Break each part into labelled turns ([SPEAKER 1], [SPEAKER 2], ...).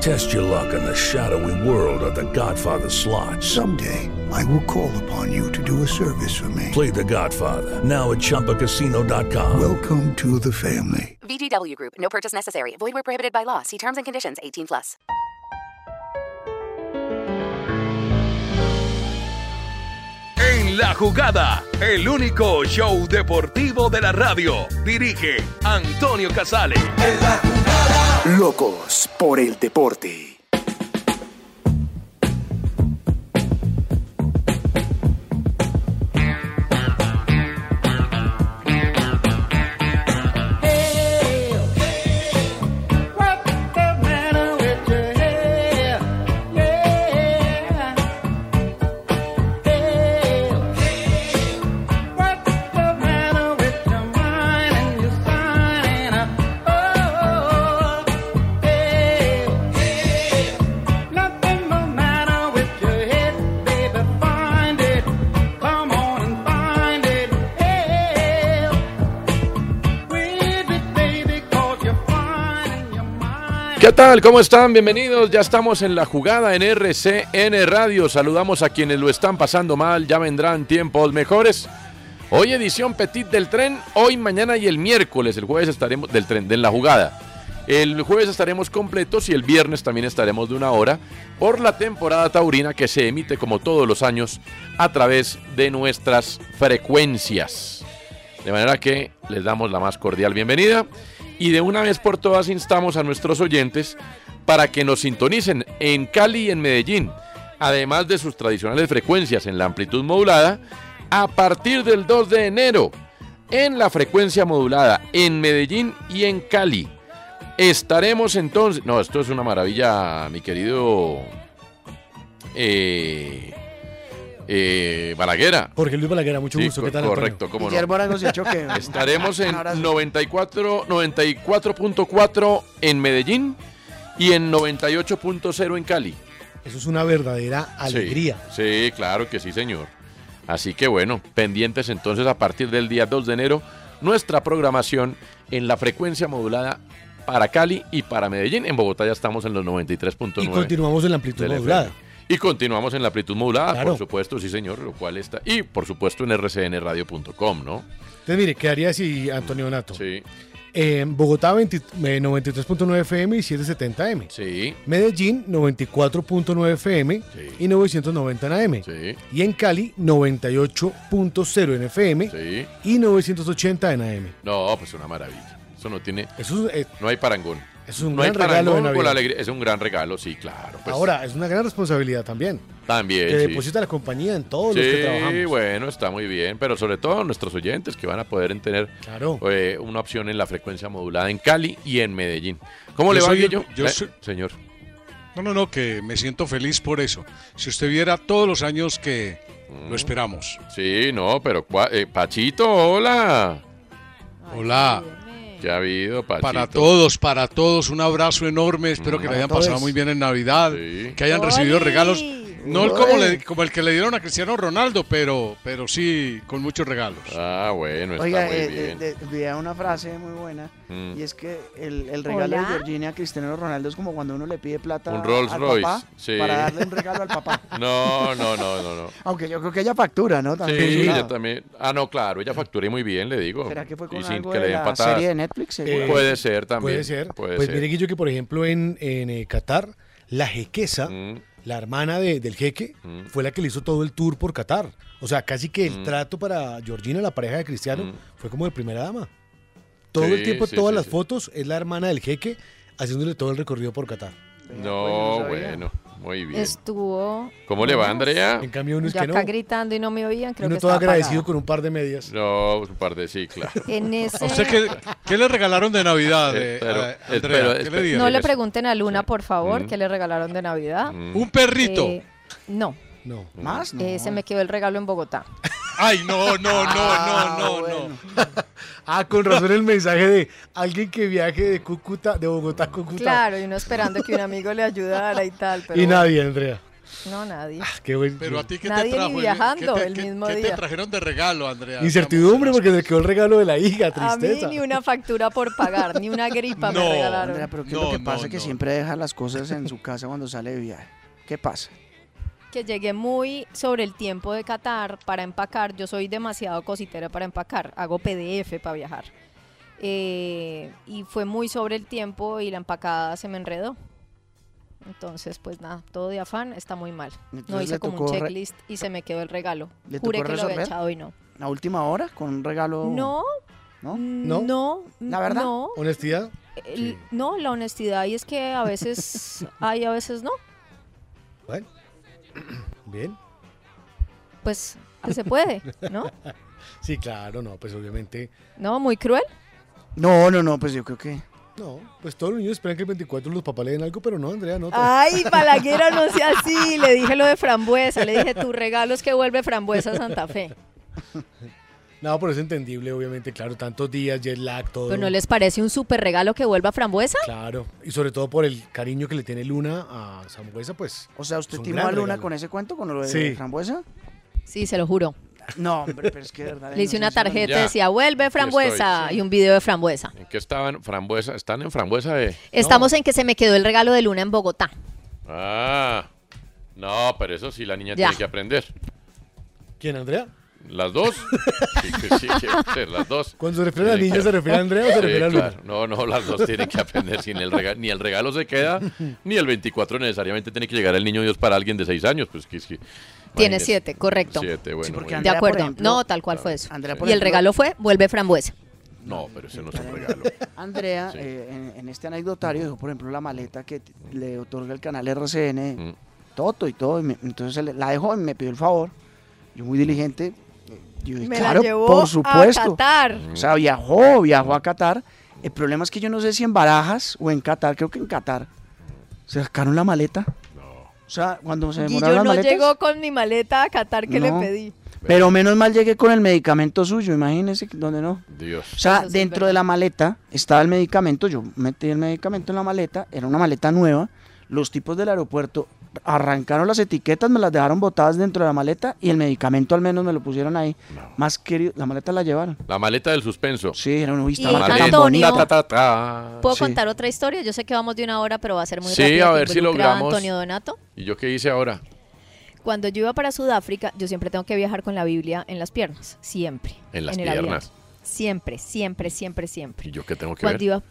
[SPEAKER 1] Test your luck in the shadowy world of The Godfather slot.
[SPEAKER 2] Someday, I will call upon you to do a service for me.
[SPEAKER 1] Play The Godfather now at ChumbaCasino.com.
[SPEAKER 2] Welcome to the family.
[SPEAKER 3] VGW Group. No purchase necessary. Void where prohibited by law. See terms and conditions. 18 plus.
[SPEAKER 4] En la jugada, el único show deportivo de la radio, dirige Antonio Casale.
[SPEAKER 5] Locos por el deporte.
[SPEAKER 6] ¿Qué tal? ¿Cómo están? Bienvenidos. Ya estamos en la jugada en RCN Radio. Saludamos a quienes lo están pasando mal. Ya vendrán tiempos mejores. Hoy edición Petit del Tren. Hoy, mañana y el miércoles. El jueves estaremos del tren, de en la jugada. El jueves estaremos completos y el viernes también estaremos de una hora por la temporada taurina que se emite como todos los años a través de nuestras frecuencias. De manera que les damos la más cordial bienvenida y de una vez por todas instamos a nuestros oyentes para que nos sintonicen en Cali y en Medellín, además de sus tradicionales frecuencias en la amplitud modulada, a partir del 2 de enero en la frecuencia modulada en Medellín y en Cali. Estaremos entonces... No, esto es una maravilla, mi querido... Eh, eh, Balaguera.
[SPEAKER 7] Jorge Luis Balaguera, mucho
[SPEAKER 6] Sí,
[SPEAKER 7] gusto.
[SPEAKER 6] co-
[SPEAKER 7] ¿Qué tal, Antonio?
[SPEAKER 6] correcto, cómo no.
[SPEAKER 8] Guillermo Arango se choque.
[SPEAKER 6] Estaremos en
[SPEAKER 8] Un abrazo.
[SPEAKER 6] 94 94.4 en Medellín y en 98.0 en Cali.
[SPEAKER 7] Eso es una verdadera
[SPEAKER 6] Sí,
[SPEAKER 7] alegría.
[SPEAKER 6] Sí, claro que sí, señor. Así que bueno, pendientes entonces a partir del día 2 de enero nuestra programación en la frecuencia modulada para Cali y para Medellín. En Bogotá ya estamos en los
[SPEAKER 7] Y
[SPEAKER 6] 93.9.
[SPEAKER 7] continuamos en la amplitud
[SPEAKER 6] del
[SPEAKER 7] modulada.
[SPEAKER 6] FM. Y continuamos en la amplitud modulada,
[SPEAKER 7] Claro.
[SPEAKER 6] por supuesto, sí señor, lo cual está. Y por supuesto en rcnradio.com, ¿no?
[SPEAKER 7] Entonces, mire, quedaría así, Antonio Nato.
[SPEAKER 6] Sí,
[SPEAKER 7] Eh, Bogotá 20 eh, 93.9 FM y 770M.
[SPEAKER 6] sí,
[SPEAKER 7] Medellín 94.9 FM
[SPEAKER 6] Sí.
[SPEAKER 7] y 990 en AM.
[SPEAKER 6] sí,
[SPEAKER 7] Y en Cali 98.0 en FM
[SPEAKER 6] sí.
[SPEAKER 7] y 980 en AM.
[SPEAKER 6] No, pues una maravilla. Eso no tiene,
[SPEAKER 7] Eso es, eh,
[SPEAKER 6] no hay parangón.
[SPEAKER 7] es un
[SPEAKER 6] No hay
[SPEAKER 7] gran regalo de
[SPEAKER 6] parangón con
[SPEAKER 7] Navidad.
[SPEAKER 6] la alegría. Es un gran regalo, sí, claro. pues,
[SPEAKER 7] Ahora, es una gran responsabilidad también.
[SPEAKER 6] también.
[SPEAKER 7] que
[SPEAKER 6] sí.
[SPEAKER 7] deposita la compañía en todos los que
[SPEAKER 6] Sí,
[SPEAKER 7] trabajamos.
[SPEAKER 6] bueno, está muy bien, pero sobre todo nuestros oyentes que van a poder en tener
[SPEAKER 7] Claro.
[SPEAKER 6] eh, una opción en la frecuencia modulada en Cali y en Medellín. ¿Cómo
[SPEAKER 9] Yo
[SPEAKER 6] le va,
[SPEAKER 9] soy el-
[SPEAKER 6] Guillo?
[SPEAKER 9] yo
[SPEAKER 6] Eh,
[SPEAKER 9] soy-
[SPEAKER 6] Señor.
[SPEAKER 9] No, no, no, que me siento feliz por eso. Si usted viera todos los años que lo esperamos.
[SPEAKER 6] Sí, no, pero cua- eh, Pachito, hola.
[SPEAKER 9] Hola.
[SPEAKER 8] Eh.
[SPEAKER 6] ¿Qué ha habido, Pachito?
[SPEAKER 9] Para todos, para todos, un abrazo enorme. Espero que
[SPEAKER 6] Mm.
[SPEAKER 9] le hayan
[SPEAKER 7] Para
[SPEAKER 9] pasado
[SPEAKER 7] todos.
[SPEAKER 9] muy bien en Navidad,
[SPEAKER 6] Sí.
[SPEAKER 9] que hayan recibido regalos. No el como, le- como el que le dieron a Cristiano Ronaldo, pero, pero sí con muchos regalos.
[SPEAKER 6] Ah, bueno, está
[SPEAKER 8] Oiga,
[SPEAKER 6] muy
[SPEAKER 8] eh,
[SPEAKER 6] bien.
[SPEAKER 8] de- de- olvidé una frase muy buena.
[SPEAKER 6] Mm.
[SPEAKER 8] Y es que el, el regalo
[SPEAKER 10] Hola.
[SPEAKER 8] de Virginia a Cristiano Ronaldo es como cuando uno le pide plata
[SPEAKER 6] Un Rolls
[SPEAKER 8] al
[SPEAKER 6] Royce,
[SPEAKER 8] papá
[SPEAKER 6] sí.
[SPEAKER 8] para darle un regalo al papá.
[SPEAKER 6] No, no, no, no, no.
[SPEAKER 8] Aunque yo creo que ella factura, ¿no? También por
[SPEAKER 6] Sí,
[SPEAKER 8] su
[SPEAKER 6] ella
[SPEAKER 8] lado.
[SPEAKER 6] también. Ah, no, claro, ella facturé muy bien, le digo.
[SPEAKER 8] ¿Será que fue
[SPEAKER 6] y
[SPEAKER 8] con
[SPEAKER 6] sin
[SPEAKER 8] algo
[SPEAKER 6] que le
[SPEAKER 8] de
[SPEAKER 6] den
[SPEAKER 8] la
[SPEAKER 6] patadas. Pues,
[SPEAKER 8] serie de Netflix? seguro?
[SPEAKER 7] Eh,
[SPEAKER 6] Puede ser también.
[SPEAKER 7] Puede ser.
[SPEAKER 6] Puede
[SPEAKER 7] pues
[SPEAKER 6] ser.
[SPEAKER 7] mire, Guillo, que por ejemplo en, en, eh, Qatar, la jequesa,
[SPEAKER 6] Mm.
[SPEAKER 7] la hermana de- del jeque,
[SPEAKER 6] Mm.
[SPEAKER 7] fue la que le hizo todo el tour por Qatar. O sea, casi que el trato para Georgina, la pareja de Cristiano,
[SPEAKER 6] Mm.
[SPEAKER 7] fue como de primera dama. Todo
[SPEAKER 6] Sí,
[SPEAKER 7] el tiempo,
[SPEAKER 6] sí,
[SPEAKER 7] todas
[SPEAKER 6] sí,
[SPEAKER 7] las
[SPEAKER 6] sí.
[SPEAKER 7] fotos, es la hermana del jeque haciéndole todo el recorrido por Qatar.
[SPEAKER 8] Pues
[SPEAKER 6] No, bueno, muy bien.
[SPEAKER 11] Estuvo.
[SPEAKER 6] ¿Cómo le va, Andrea?
[SPEAKER 7] En cambio, uno es
[SPEAKER 11] Yo
[SPEAKER 7] que no.
[SPEAKER 11] acá gritando y no me oían, creo
[SPEAKER 7] Uno
[SPEAKER 11] que
[SPEAKER 7] todo
[SPEAKER 11] estaba
[SPEAKER 7] agradecido
[SPEAKER 11] apagado.
[SPEAKER 7] con un par de medias.
[SPEAKER 6] No, un par de sí, claro.
[SPEAKER 11] En ese-
[SPEAKER 9] ¿A usted qué, qué le regalaron de Navidad, eh,
[SPEAKER 6] Espero,
[SPEAKER 9] a- Andrea?
[SPEAKER 6] espero,
[SPEAKER 9] ¿Qué
[SPEAKER 6] espero.
[SPEAKER 9] le dieron?
[SPEAKER 11] No le pregunten a Luna, por favor,
[SPEAKER 6] Mm.
[SPEAKER 11] qué le regalaron de Navidad.
[SPEAKER 6] Mm.
[SPEAKER 9] ¿Un perrito?
[SPEAKER 11] Eh, no.
[SPEAKER 7] No.
[SPEAKER 9] ¿Más?
[SPEAKER 11] Eh, se me quedó el regalo en Bogotá.
[SPEAKER 9] Ay, no, no, no, no, no, no.
[SPEAKER 7] Ah, con razón el mensaje de alguien que viaje de Cúcuta, de Bogotá a Cúcuta.
[SPEAKER 11] Claro, y uno esperando que un amigo le ayudara y tal. Pero
[SPEAKER 7] y nadie, Andrea. Ah,
[SPEAKER 11] No, nadie.
[SPEAKER 7] Qué buen-
[SPEAKER 9] Pero a ti qué
[SPEAKER 11] Nadie
[SPEAKER 9] te
[SPEAKER 11] ni
[SPEAKER 9] trajo el-
[SPEAKER 11] viajando
[SPEAKER 9] ¿qué te,
[SPEAKER 11] el
[SPEAKER 9] qué-
[SPEAKER 11] mismo
[SPEAKER 9] qué te
[SPEAKER 11] día.
[SPEAKER 9] trajeron de regalo, Andrea?
[SPEAKER 7] Incertidumbre porque se quedó el regalo de la hija,
[SPEAKER 11] A mí
[SPEAKER 7] tristeza.
[SPEAKER 11] ni una factura por pagar, ni una gripa me regalaron.
[SPEAKER 8] Andrea, pero ¿qué es lo que pasa? que siempre deja las cosas en su casa cuando sale de viaje. ¿Qué pasa?
[SPEAKER 11] Que llegué muy sobre el tiempo de Qatar para empacar. Yo soy demasiado cositera para empacar. Hago PDF para viajar. Eh, y fue muy sobre el tiempo y la empacada se me enredó. Entonces, pues nada, todo de afán está muy mal. no
[SPEAKER 8] Entonces
[SPEAKER 11] hice
[SPEAKER 8] le
[SPEAKER 11] como un
[SPEAKER 8] tocó re-
[SPEAKER 11] checklist y se me quedó el regalo.
[SPEAKER 8] ¿Le
[SPEAKER 11] Juré
[SPEAKER 8] tocó
[SPEAKER 11] que lo había
[SPEAKER 8] resolver?
[SPEAKER 11] echado y no.
[SPEAKER 8] ¿A última hora? ¿Con un regalo?
[SPEAKER 11] No,
[SPEAKER 8] ¿No?
[SPEAKER 11] ¿No? no,
[SPEAKER 8] ¿La verdad?
[SPEAKER 11] no.
[SPEAKER 7] ¿Honestidad?
[SPEAKER 11] el- no, la honestidad y es que a veces hay, a veces no.
[SPEAKER 7] Bueno. Bien.
[SPEAKER 11] Pues se puede, ¿no?
[SPEAKER 7] Sí, claro, no, pues obviamente.
[SPEAKER 11] No, muy cruel.
[SPEAKER 8] No, no, no, pues yo creo que...
[SPEAKER 7] No, pues todos los niños esperan que el 24 los papás le den algo, pero no, Andrea, no.
[SPEAKER 11] Ay, Balaguer, no sea así. Le dije lo de frambuesa, le dije tu regalo es que vuelve frambuesa a Santa Fe.
[SPEAKER 7] No, pero es entendible, obviamente, claro, tantos días, jet lag, todo.
[SPEAKER 11] ¿Pero no les parece un súper regalo que vuelva frambuesa?
[SPEAKER 7] Claro, y sobre todo por el cariño que le tiene Luna a Sambuesa, pues.
[SPEAKER 8] O sea, ¿usted
[SPEAKER 7] es un
[SPEAKER 8] timó
[SPEAKER 7] gran
[SPEAKER 8] a Luna
[SPEAKER 7] regalo.
[SPEAKER 8] con ese cuento, con lo de
[SPEAKER 7] Sí.
[SPEAKER 8] frambuesa?
[SPEAKER 11] Sí, se lo juro.
[SPEAKER 8] No, hombre, pero es que de verdad...
[SPEAKER 11] Le hice una
[SPEAKER 8] inocencia no
[SPEAKER 11] tarjeta
[SPEAKER 6] Ya.
[SPEAKER 11] que decía vuelve frambuesa
[SPEAKER 6] estoy, sí.
[SPEAKER 11] y un video de frambuesa.
[SPEAKER 6] ¿En qué estaban? Frambuesa. ¿Están en frambuesa de.?
[SPEAKER 11] Estamos en que se me quedó el regalo de Luna en Bogotá.
[SPEAKER 6] Ah. No, pero eso sí la niña
[SPEAKER 11] Ya.
[SPEAKER 6] tiene que aprender.
[SPEAKER 7] ¿Quién, Andrea?
[SPEAKER 6] ¿Las dos? Sí, sí, sí, que ser las dos.
[SPEAKER 7] Cuando se refiere a la
[SPEAKER 6] Tienen
[SPEAKER 7] niña,
[SPEAKER 6] que-
[SPEAKER 7] ¿se refiere a Andrea o se
[SPEAKER 6] Sí,
[SPEAKER 7] refiere a Luna?
[SPEAKER 6] claro. No, no, las dos tienen que aprender. Sin el regalo, ni el regalo se queda, ni el 24 necesariamente tiene que llegar el niño Dios para alguien de 6 años. Pues que es que.
[SPEAKER 11] Tiene
[SPEAKER 6] imagínese.
[SPEAKER 11] siete, correcto.
[SPEAKER 6] Siete, bueno. muy bien.
[SPEAKER 11] de acuerdo. no, tal cual fue eso.
[SPEAKER 8] Andrea, por
[SPEAKER 11] y el
[SPEAKER 8] ejemplo-
[SPEAKER 11] regalo fue vuelve frambuesa.
[SPEAKER 6] No, pero ese no es un regalo.
[SPEAKER 8] Andrea,
[SPEAKER 6] Sí.
[SPEAKER 8] eh, en, en este anecdotario, dijo, por ejemplo, la maleta que t- le otorga el canal RCN, Toto y todo. y me- entonces él la dejó y me pidió el favor. Yo muy diligente. eh, Yo dije,
[SPEAKER 11] Me la
[SPEAKER 8] claro,
[SPEAKER 11] llevó a
[SPEAKER 8] por supuesto.
[SPEAKER 11] Qatar.
[SPEAKER 8] O sea, viajó, viajó a Qatar. El problema es que yo no sé si en Barajas o en Qatar, creo que en Qatar, se sacaron la maleta. O sea, cuando se
[SPEAKER 11] Y
[SPEAKER 8] demoraron
[SPEAKER 11] yo
[SPEAKER 8] las
[SPEAKER 11] no
[SPEAKER 8] maletas.
[SPEAKER 11] llegó con mi maleta a Qatar que
[SPEAKER 8] no.
[SPEAKER 11] le pedí.
[SPEAKER 8] Pero menos mal llegué con el medicamento suyo, imagínese que- dónde no.
[SPEAKER 6] Dios.
[SPEAKER 8] O sea, dentro de la maleta estaba el medicamento, yo metí el medicamento en la maleta, era una maleta nueva, los tipos del aeropuerto arrancaron las etiquetas, me las dejaron botadas dentro de la maleta y el medicamento al menos me lo pusieron ahí. Más querido, la maleta la llevaron.
[SPEAKER 6] La maleta del suspenso.
[SPEAKER 8] Sí, era un
[SPEAKER 11] Y
[SPEAKER 6] maleta.
[SPEAKER 11] Antonio-
[SPEAKER 6] Ta, ta, ta, ta.
[SPEAKER 11] ¿Puedo contar otra historia? Yo sé que vamos de una hora, pero va a ser muy
[SPEAKER 6] Sí,
[SPEAKER 11] rápido.
[SPEAKER 6] a
[SPEAKER 11] que
[SPEAKER 6] ver si
[SPEAKER 11] involucra
[SPEAKER 6] logramos.
[SPEAKER 11] Antonio Donato.
[SPEAKER 6] ¿Y yo qué hice ahora?
[SPEAKER 11] Cuando yo iba para Sudáfrica, yo siempre tengo que viajar con la Biblia en las piernas. Siempre.
[SPEAKER 6] En las
[SPEAKER 11] el avión.
[SPEAKER 6] piernas.
[SPEAKER 11] Siempre, siempre, siempre, siempre.
[SPEAKER 6] ¿Y yo qué tengo que
[SPEAKER 11] Cuando
[SPEAKER 6] ver?
[SPEAKER 11] iba.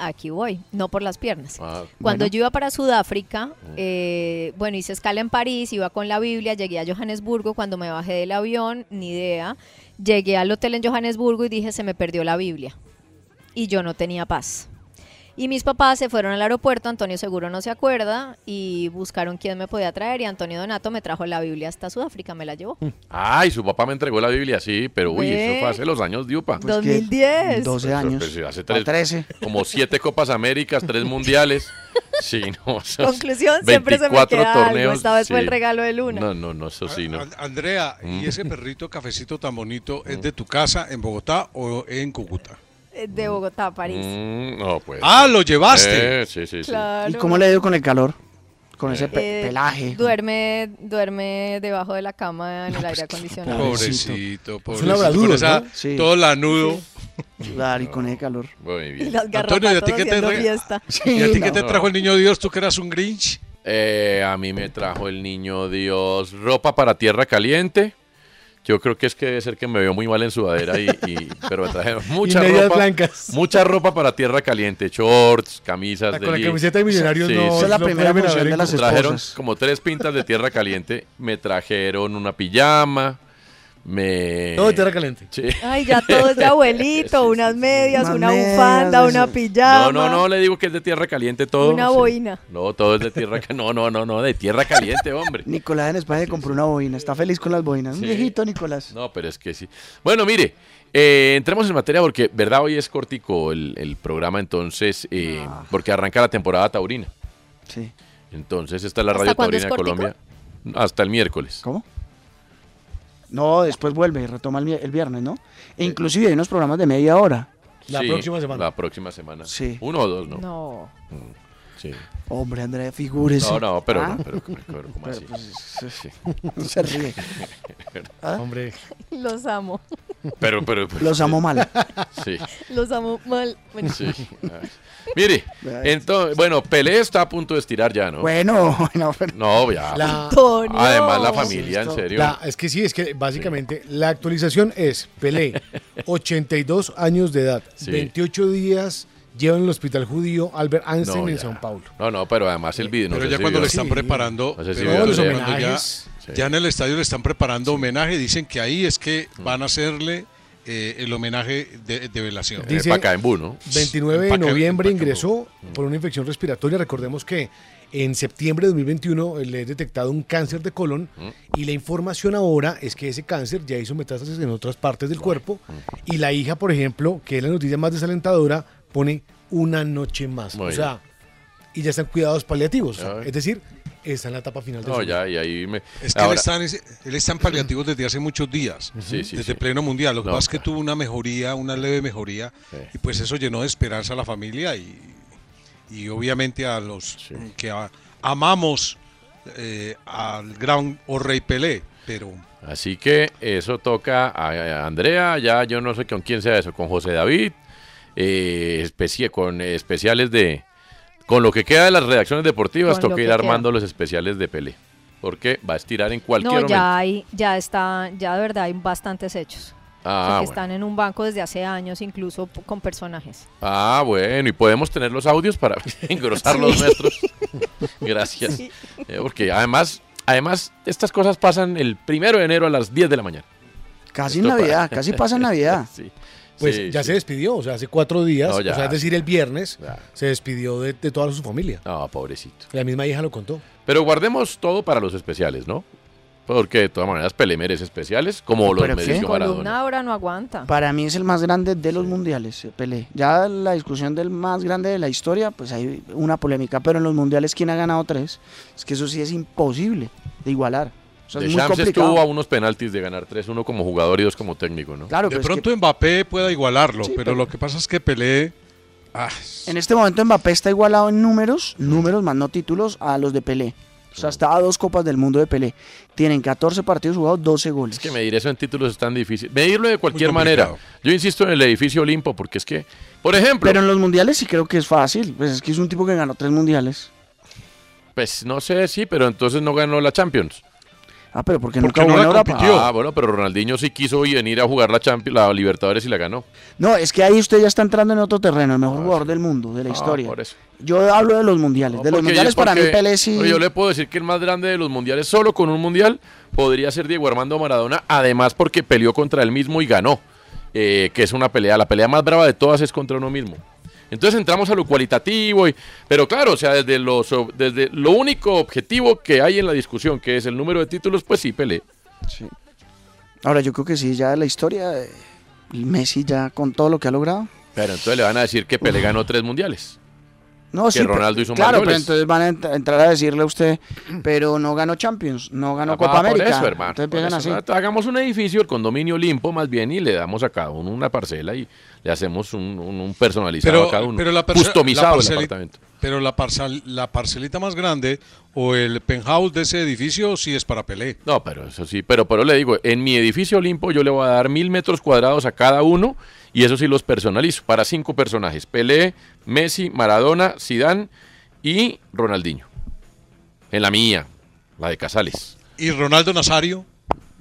[SPEAKER 11] Aquí voy, no por las piernas.
[SPEAKER 6] Ah,
[SPEAKER 11] Cuando
[SPEAKER 6] bueno. Mm.
[SPEAKER 11] yo iba para Sudáfrica, eh, bueno, hice escala en París, iba con la Biblia, llegué a Johannesburgo, cuando me bajé del avión, ni idea, llegué al hotel en Johannesburgo y dije, se me perdió la Biblia. Y yo no tenía paz. Y mis papás se fueron al aeropuerto, Antonio seguro no se acuerda, y buscaron quién me podía traer, y Antonio Donato me trajo la Biblia hasta Sudáfrica, me la llevó.
[SPEAKER 6] Ay, su papá me entregó la Biblia, sí, pero uy,
[SPEAKER 11] Ve.
[SPEAKER 6] eso fue hace los años, Diupa.
[SPEAKER 11] 2010.
[SPEAKER 8] 12
[SPEAKER 6] Pues,
[SPEAKER 8] años.
[SPEAKER 6] pues, sí, hace tres,
[SPEAKER 8] 13.
[SPEAKER 6] Como siete Copas Américas, tres mundiales. Sí, no. o sea,
[SPEAKER 11] Conclusión, siempre se me
[SPEAKER 6] 24
[SPEAKER 11] queda algo,
[SPEAKER 6] torneos,
[SPEAKER 11] esta vez fue
[SPEAKER 6] sí.
[SPEAKER 11] el regalo de Luna.
[SPEAKER 6] No, no, no, eso sí, no.
[SPEAKER 8] Ah,
[SPEAKER 9] Andrea, ¿y ese perrito cafecito tan bonito es de tu casa en Bogotá o en Cúcuta?
[SPEAKER 11] Eh, De Bogotá a París.
[SPEAKER 6] Mm, no, pues.
[SPEAKER 9] Ah, ¿lo llevaste?
[SPEAKER 6] Eh, sí, sí, sí.
[SPEAKER 11] Claro.
[SPEAKER 8] ¿Y cómo le ha ido con el calor? Con ese pe-
[SPEAKER 11] Eh,
[SPEAKER 8] pelaje.
[SPEAKER 11] Duerme, duerme debajo de la cama en el aire acondicionado.
[SPEAKER 9] Pobrecito,
[SPEAKER 8] Es
[SPEAKER 9] pobrecito.
[SPEAKER 8] un labrador,
[SPEAKER 9] con esa-
[SPEAKER 8] ¿no? Sí.
[SPEAKER 9] Todo lanudo.
[SPEAKER 8] Claro, y con ese calor.
[SPEAKER 6] Muy
[SPEAKER 11] Y
[SPEAKER 6] bien.
[SPEAKER 11] las
[SPEAKER 9] Antonio, ¿y a ti
[SPEAKER 11] garrapatas
[SPEAKER 9] qué te,
[SPEAKER 11] haciendo
[SPEAKER 9] re-
[SPEAKER 11] fiesta.
[SPEAKER 9] ¿y a ti qué te
[SPEAKER 6] No.
[SPEAKER 9] trajo el niño Dios? ¿Tú que eras un Grinch?
[SPEAKER 6] Eh, a mí me trajo el niño Dios ropa para tierra caliente. Yo creo que es que debe ser que me veo muy mal en sudadera, y, y- pero me trajeron mucha
[SPEAKER 7] medias
[SPEAKER 6] ropa.
[SPEAKER 7] blancas. Ah,
[SPEAKER 6] Mucha ropa para tierra caliente, shorts, camisas.
[SPEAKER 7] Con la
[SPEAKER 6] lin-
[SPEAKER 7] camiseta de Millonarios no- Esa es la no primera pueden función haber de en las
[SPEAKER 6] Me trajeron
[SPEAKER 7] esposas.
[SPEAKER 6] como tres pintas de tierra caliente, me trajeron una pijama, me...
[SPEAKER 7] Todo de tierra caliente.
[SPEAKER 6] Sí.
[SPEAKER 11] Ay, ya todo es de abuelito, unas medias,
[SPEAKER 6] Unas
[SPEAKER 11] una
[SPEAKER 6] medias,
[SPEAKER 11] bufanda, una
[SPEAKER 6] eso.
[SPEAKER 11] pijama.
[SPEAKER 6] No, no, no, le digo que es de tierra caliente todo.
[SPEAKER 11] Una
[SPEAKER 6] sí.
[SPEAKER 11] boina.
[SPEAKER 6] No, todo es de tierra caliente. No, no, no, no, de tierra caliente, hombre.
[SPEAKER 8] Nicolás en España compró una boina. Está feliz con las boinas.
[SPEAKER 6] Sí.
[SPEAKER 8] Un viejito, Nicolás.
[SPEAKER 6] No, pero es que sí. Bueno, mire, eh, entremos en materia porque, ¿verdad? Hoy es cortico el, el programa, entonces, eh, porque arranca la temporada taurina.
[SPEAKER 8] Ah. Sí.
[SPEAKER 6] Entonces, esta es la
[SPEAKER 8] ¿Hasta
[SPEAKER 6] radio
[SPEAKER 8] cuándo
[SPEAKER 6] taurina
[SPEAKER 8] es
[SPEAKER 6] de
[SPEAKER 8] cortico?
[SPEAKER 6] Colombia. Hasta el miércoles.
[SPEAKER 8] ¿Cómo? No, después vuelve y retoma el, mi- el viernes, ¿no? E inclusive hay unos programas de media hora.
[SPEAKER 6] Sí, La próxima semana.
[SPEAKER 8] Sí.
[SPEAKER 6] Uno o dos, ¿no? Mm,
[SPEAKER 11] No.
[SPEAKER 6] Sí.
[SPEAKER 8] Hombre, Andrea, figúrese.
[SPEAKER 6] No, no, pero,
[SPEAKER 8] Ah.
[SPEAKER 6] no, pero, pero, ¿cómo
[SPEAKER 8] Pero,
[SPEAKER 6] así?
[SPEAKER 8] pues,
[SPEAKER 6] Sí.
[SPEAKER 8] se ríe. ¿Ah?
[SPEAKER 6] Hombre.
[SPEAKER 11] Los amo.
[SPEAKER 6] Pero, pero, pero-
[SPEAKER 8] Los amo mal.
[SPEAKER 6] Sí.
[SPEAKER 11] Los amo mal. Bueno.
[SPEAKER 6] Sí. Ay. Mire, entonces, bueno, Pelé está a punto de estirar ya, ¿no?
[SPEAKER 8] Bueno, bueno, pero-
[SPEAKER 6] No, ya.
[SPEAKER 7] La-
[SPEAKER 6] Además, la familia, en serio.
[SPEAKER 7] La- es que sí, es que básicamente la actualización es Pelé, 82 años de edad,
[SPEAKER 6] Sí.
[SPEAKER 7] 28 días lleva en el hospital judío Albert Einstein
[SPEAKER 6] No,
[SPEAKER 7] en
[SPEAKER 6] ya.
[SPEAKER 7] São Paulo.
[SPEAKER 6] No, no, pero además el video. no
[SPEAKER 9] Pero
[SPEAKER 6] sé
[SPEAKER 9] ya
[SPEAKER 6] si
[SPEAKER 9] cuando
[SPEAKER 6] vio.
[SPEAKER 9] le están preparando,
[SPEAKER 6] No sé si
[SPEAKER 9] pero
[SPEAKER 6] vio
[SPEAKER 9] cuando
[SPEAKER 6] el video.
[SPEAKER 9] ya,
[SPEAKER 6] Sí.
[SPEAKER 9] ya en el estadio le están preparando homenaje, dicen que ahí es que van a hacerle eh, el homenaje de, de
[SPEAKER 6] Eh,
[SPEAKER 9] velación.
[SPEAKER 7] Dice, 29 de
[SPEAKER 9] Pacaembu.
[SPEAKER 7] noviembre ingresó por una infección respiratoria. Recordemos que en septiembre de 2021 le he detectado un cáncer de colon
[SPEAKER 6] Mm.
[SPEAKER 7] y la información ahora es que ese cáncer ya hizo metástasis en otras partes del cuerpo y la hija, por ejemplo, que es la noticia más desalentadora, pone una noche más.
[SPEAKER 6] Muy
[SPEAKER 7] o
[SPEAKER 6] bien.
[SPEAKER 7] sea, y ya están cuidados paliativos. o sea,
[SPEAKER 6] Ay.
[SPEAKER 7] es decir, está en la etapa final de
[SPEAKER 6] No,
[SPEAKER 7] su vida.
[SPEAKER 6] ya, y ahí me.
[SPEAKER 9] Es que él,
[SPEAKER 6] Ahora-
[SPEAKER 9] está en, ese- él está en paliativos desde hace muchos días,
[SPEAKER 6] Sí, sí,
[SPEAKER 9] desde
[SPEAKER 6] sí.
[SPEAKER 9] pleno mundial. Lo que
[SPEAKER 6] No,
[SPEAKER 9] pasa es que tuvo una mejoría, una leve mejoría, y pues eso llenó de esperanza a la familia y, y obviamente a los que a- amamos eh, al gran o rey Pelé, pero
[SPEAKER 6] Así que eso toca a, a Andrea, ya yo no sé con quién sea eso, con José David, eh, especie, con eh, especiales de... Con lo que queda de las redacciones deportivas,
[SPEAKER 11] Con lo
[SPEAKER 6] toca ir
[SPEAKER 11] que
[SPEAKER 6] armando los especiales de Pelé, porque va a estirar en cualquier
[SPEAKER 11] No,
[SPEAKER 6] momento.
[SPEAKER 11] ya hay, ya está, ya de verdad hay bastantes hechos. O sea,
[SPEAKER 6] Ah,
[SPEAKER 11] que
[SPEAKER 6] bueno.
[SPEAKER 11] están en un banco desde hace años, incluso p- con personajes.
[SPEAKER 6] Ah, bueno, y podemos tener los audios para engrosar los
[SPEAKER 11] Sí.
[SPEAKER 6] nuestros. Gracias. Eh, porque además, además, estas cosas pasan el primero de enero a las 10 de la mañana.
[SPEAKER 8] Casi
[SPEAKER 6] Esto
[SPEAKER 8] Navidad,
[SPEAKER 6] para-
[SPEAKER 8] casi pasa Navidad.
[SPEAKER 6] Sí.
[SPEAKER 7] Pues
[SPEAKER 6] Sí,
[SPEAKER 7] ya
[SPEAKER 6] sí.
[SPEAKER 7] se despidió, o sea, hace cuatro días,
[SPEAKER 6] No,
[SPEAKER 7] o
[SPEAKER 6] ya.
[SPEAKER 7] sea, es decir, el viernes, se despidió de, de toda su familia.
[SPEAKER 6] No, pobrecito.
[SPEAKER 7] La misma hija lo contó.
[SPEAKER 6] Pero guardemos todo para los especiales, ¿no? Porque de todas maneras Pelé merece especiales, como los
[SPEAKER 8] ¿Pero qué?
[SPEAKER 6] mereció Maradona.
[SPEAKER 11] Columna ahora no aguanta.
[SPEAKER 8] Para mí es el más grande de los mundiales, eh, Pelé. Ya la discusión del más grande de la historia, pues hay una polémica, pero en los mundiales, ¿quién ha ganado tres? Es que eso sí es imposible de igualar. Eso es
[SPEAKER 6] de
[SPEAKER 8] muy
[SPEAKER 6] Champs
[SPEAKER 8] complicado.
[SPEAKER 6] estuvo a unos penaltis de ganar 3-1 como jugador y 2 como técnico, ¿no?
[SPEAKER 8] Claro,
[SPEAKER 9] de
[SPEAKER 8] pero es
[SPEAKER 9] pronto Mbappé pueda igualarlo, pero, lo que pasa es que Pelé... ah,
[SPEAKER 8] En este momento Mbappé está igualado en números, números más no títulos, a los de Pelé. O sea, está a dos copas del mundo de Pelé. Tienen 14 partidos jugados, 12 goles.
[SPEAKER 6] Es que medir eso en títulos es tan difícil. Medirlo de cualquier manera. Yo insisto en el edificio Olimpo, porque es que, por ejemplo,
[SPEAKER 8] Pero en los mundiales sí creo que es fácil. Pues es que es un tipo que ganó tres mundiales.
[SPEAKER 6] pues no sé, sí, pero entonces no ganó la Champions.
[SPEAKER 8] Ah, pero porque nunca jugó en Europa.
[SPEAKER 6] Ah, bueno, pero Ronaldinho sí quiso venir a jugar la Champions, la Libertadores y la ganó.
[SPEAKER 8] No, es que ahí usted ya está entrando en otro terreno, el mejor jugador del mundo, de la historia.
[SPEAKER 6] Ah, por eso.
[SPEAKER 8] Yo hablo de los mundiales. de los
[SPEAKER 6] Porque-
[SPEAKER 8] mundiales para mí
[SPEAKER 6] porque-
[SPEAKER 8] Pelé sí.
[SPEAKER 6] Yo le puedo decir que el más grande de los mundiales, solo con un mundial, podría ser Diego Armando Maradona, además porque peleó contra él mismo y ganó, eh, que es una pelea, la pelea más brava de todas es contra uno mismo. Entonces entramos a lo cualitativo, y, pero claro, o sea, desde lo, so- desde lo único objetivo que hay en la discusión, que es el número de títulos, pues sí, Pelé.
[SPEAKER 8] Sí. Ahora yo creo que sí, ya la historia, eh, Messi ya con todo lo que ha logrado.
[SPEAKER 6] Pero entonces le van a decir que Pelé ganó tres mundiales.
[SPEAKER 8] No,
[SPEAKER 6] que
[SPEAKER 8] sí, pero-
[SPEAKER 6] Ronaldo hizo más
[SPEAKER 8] Claro, pero
[SPEAKER 6] goles.
[SPEAKER 8] entonces van a ent- entrar a decirle a usted, pero no ganó Champions, no ganó
[SPEAKER 6] Ah,
[SPEAKER 8] Copa
[SPEAKER 6] por
[SPEAKER 8] América.
[SPEAKER 6] eso, hermano,
[SPEAKER 8] Entonces
[SPEAKER 6] por
[SPEAKER 8] empiezan
[SPEAKER 6] eso.
[SPEAKER 8] así.
[SPEAKER 6] Ah, Hagamos un edificio, el condominio Olimpo, más bien, y le damos a cada uno una parcela y le hacemos un, un- un personalizado a cada uno.
[SPEAKER 9] la parcela-
[SPEAKER 6] customizado
[SPEAKER 9] la
[SPEAKER 6] el
[SPEAKER 9] parceli-
[SPEAKER 6] apartamento.
[SPEAKER 9] Pero la, parcel- la parcelita más grande o el penthouse de ese edificio sí es para Pelé.
[SPEAKER 6] No, pero eso sí, pero, pero le digo, en mi edificio Olimpo yo le voy a dar mil metros cuadrados a cada uno y eso sí los personalizo para cinco personajes: Pelé, Messi, Maradona, Sidán y Ronaldinho. En la mía, la de Casales.
[SPEAKER 9] ¿Y Ronaldo Nazario?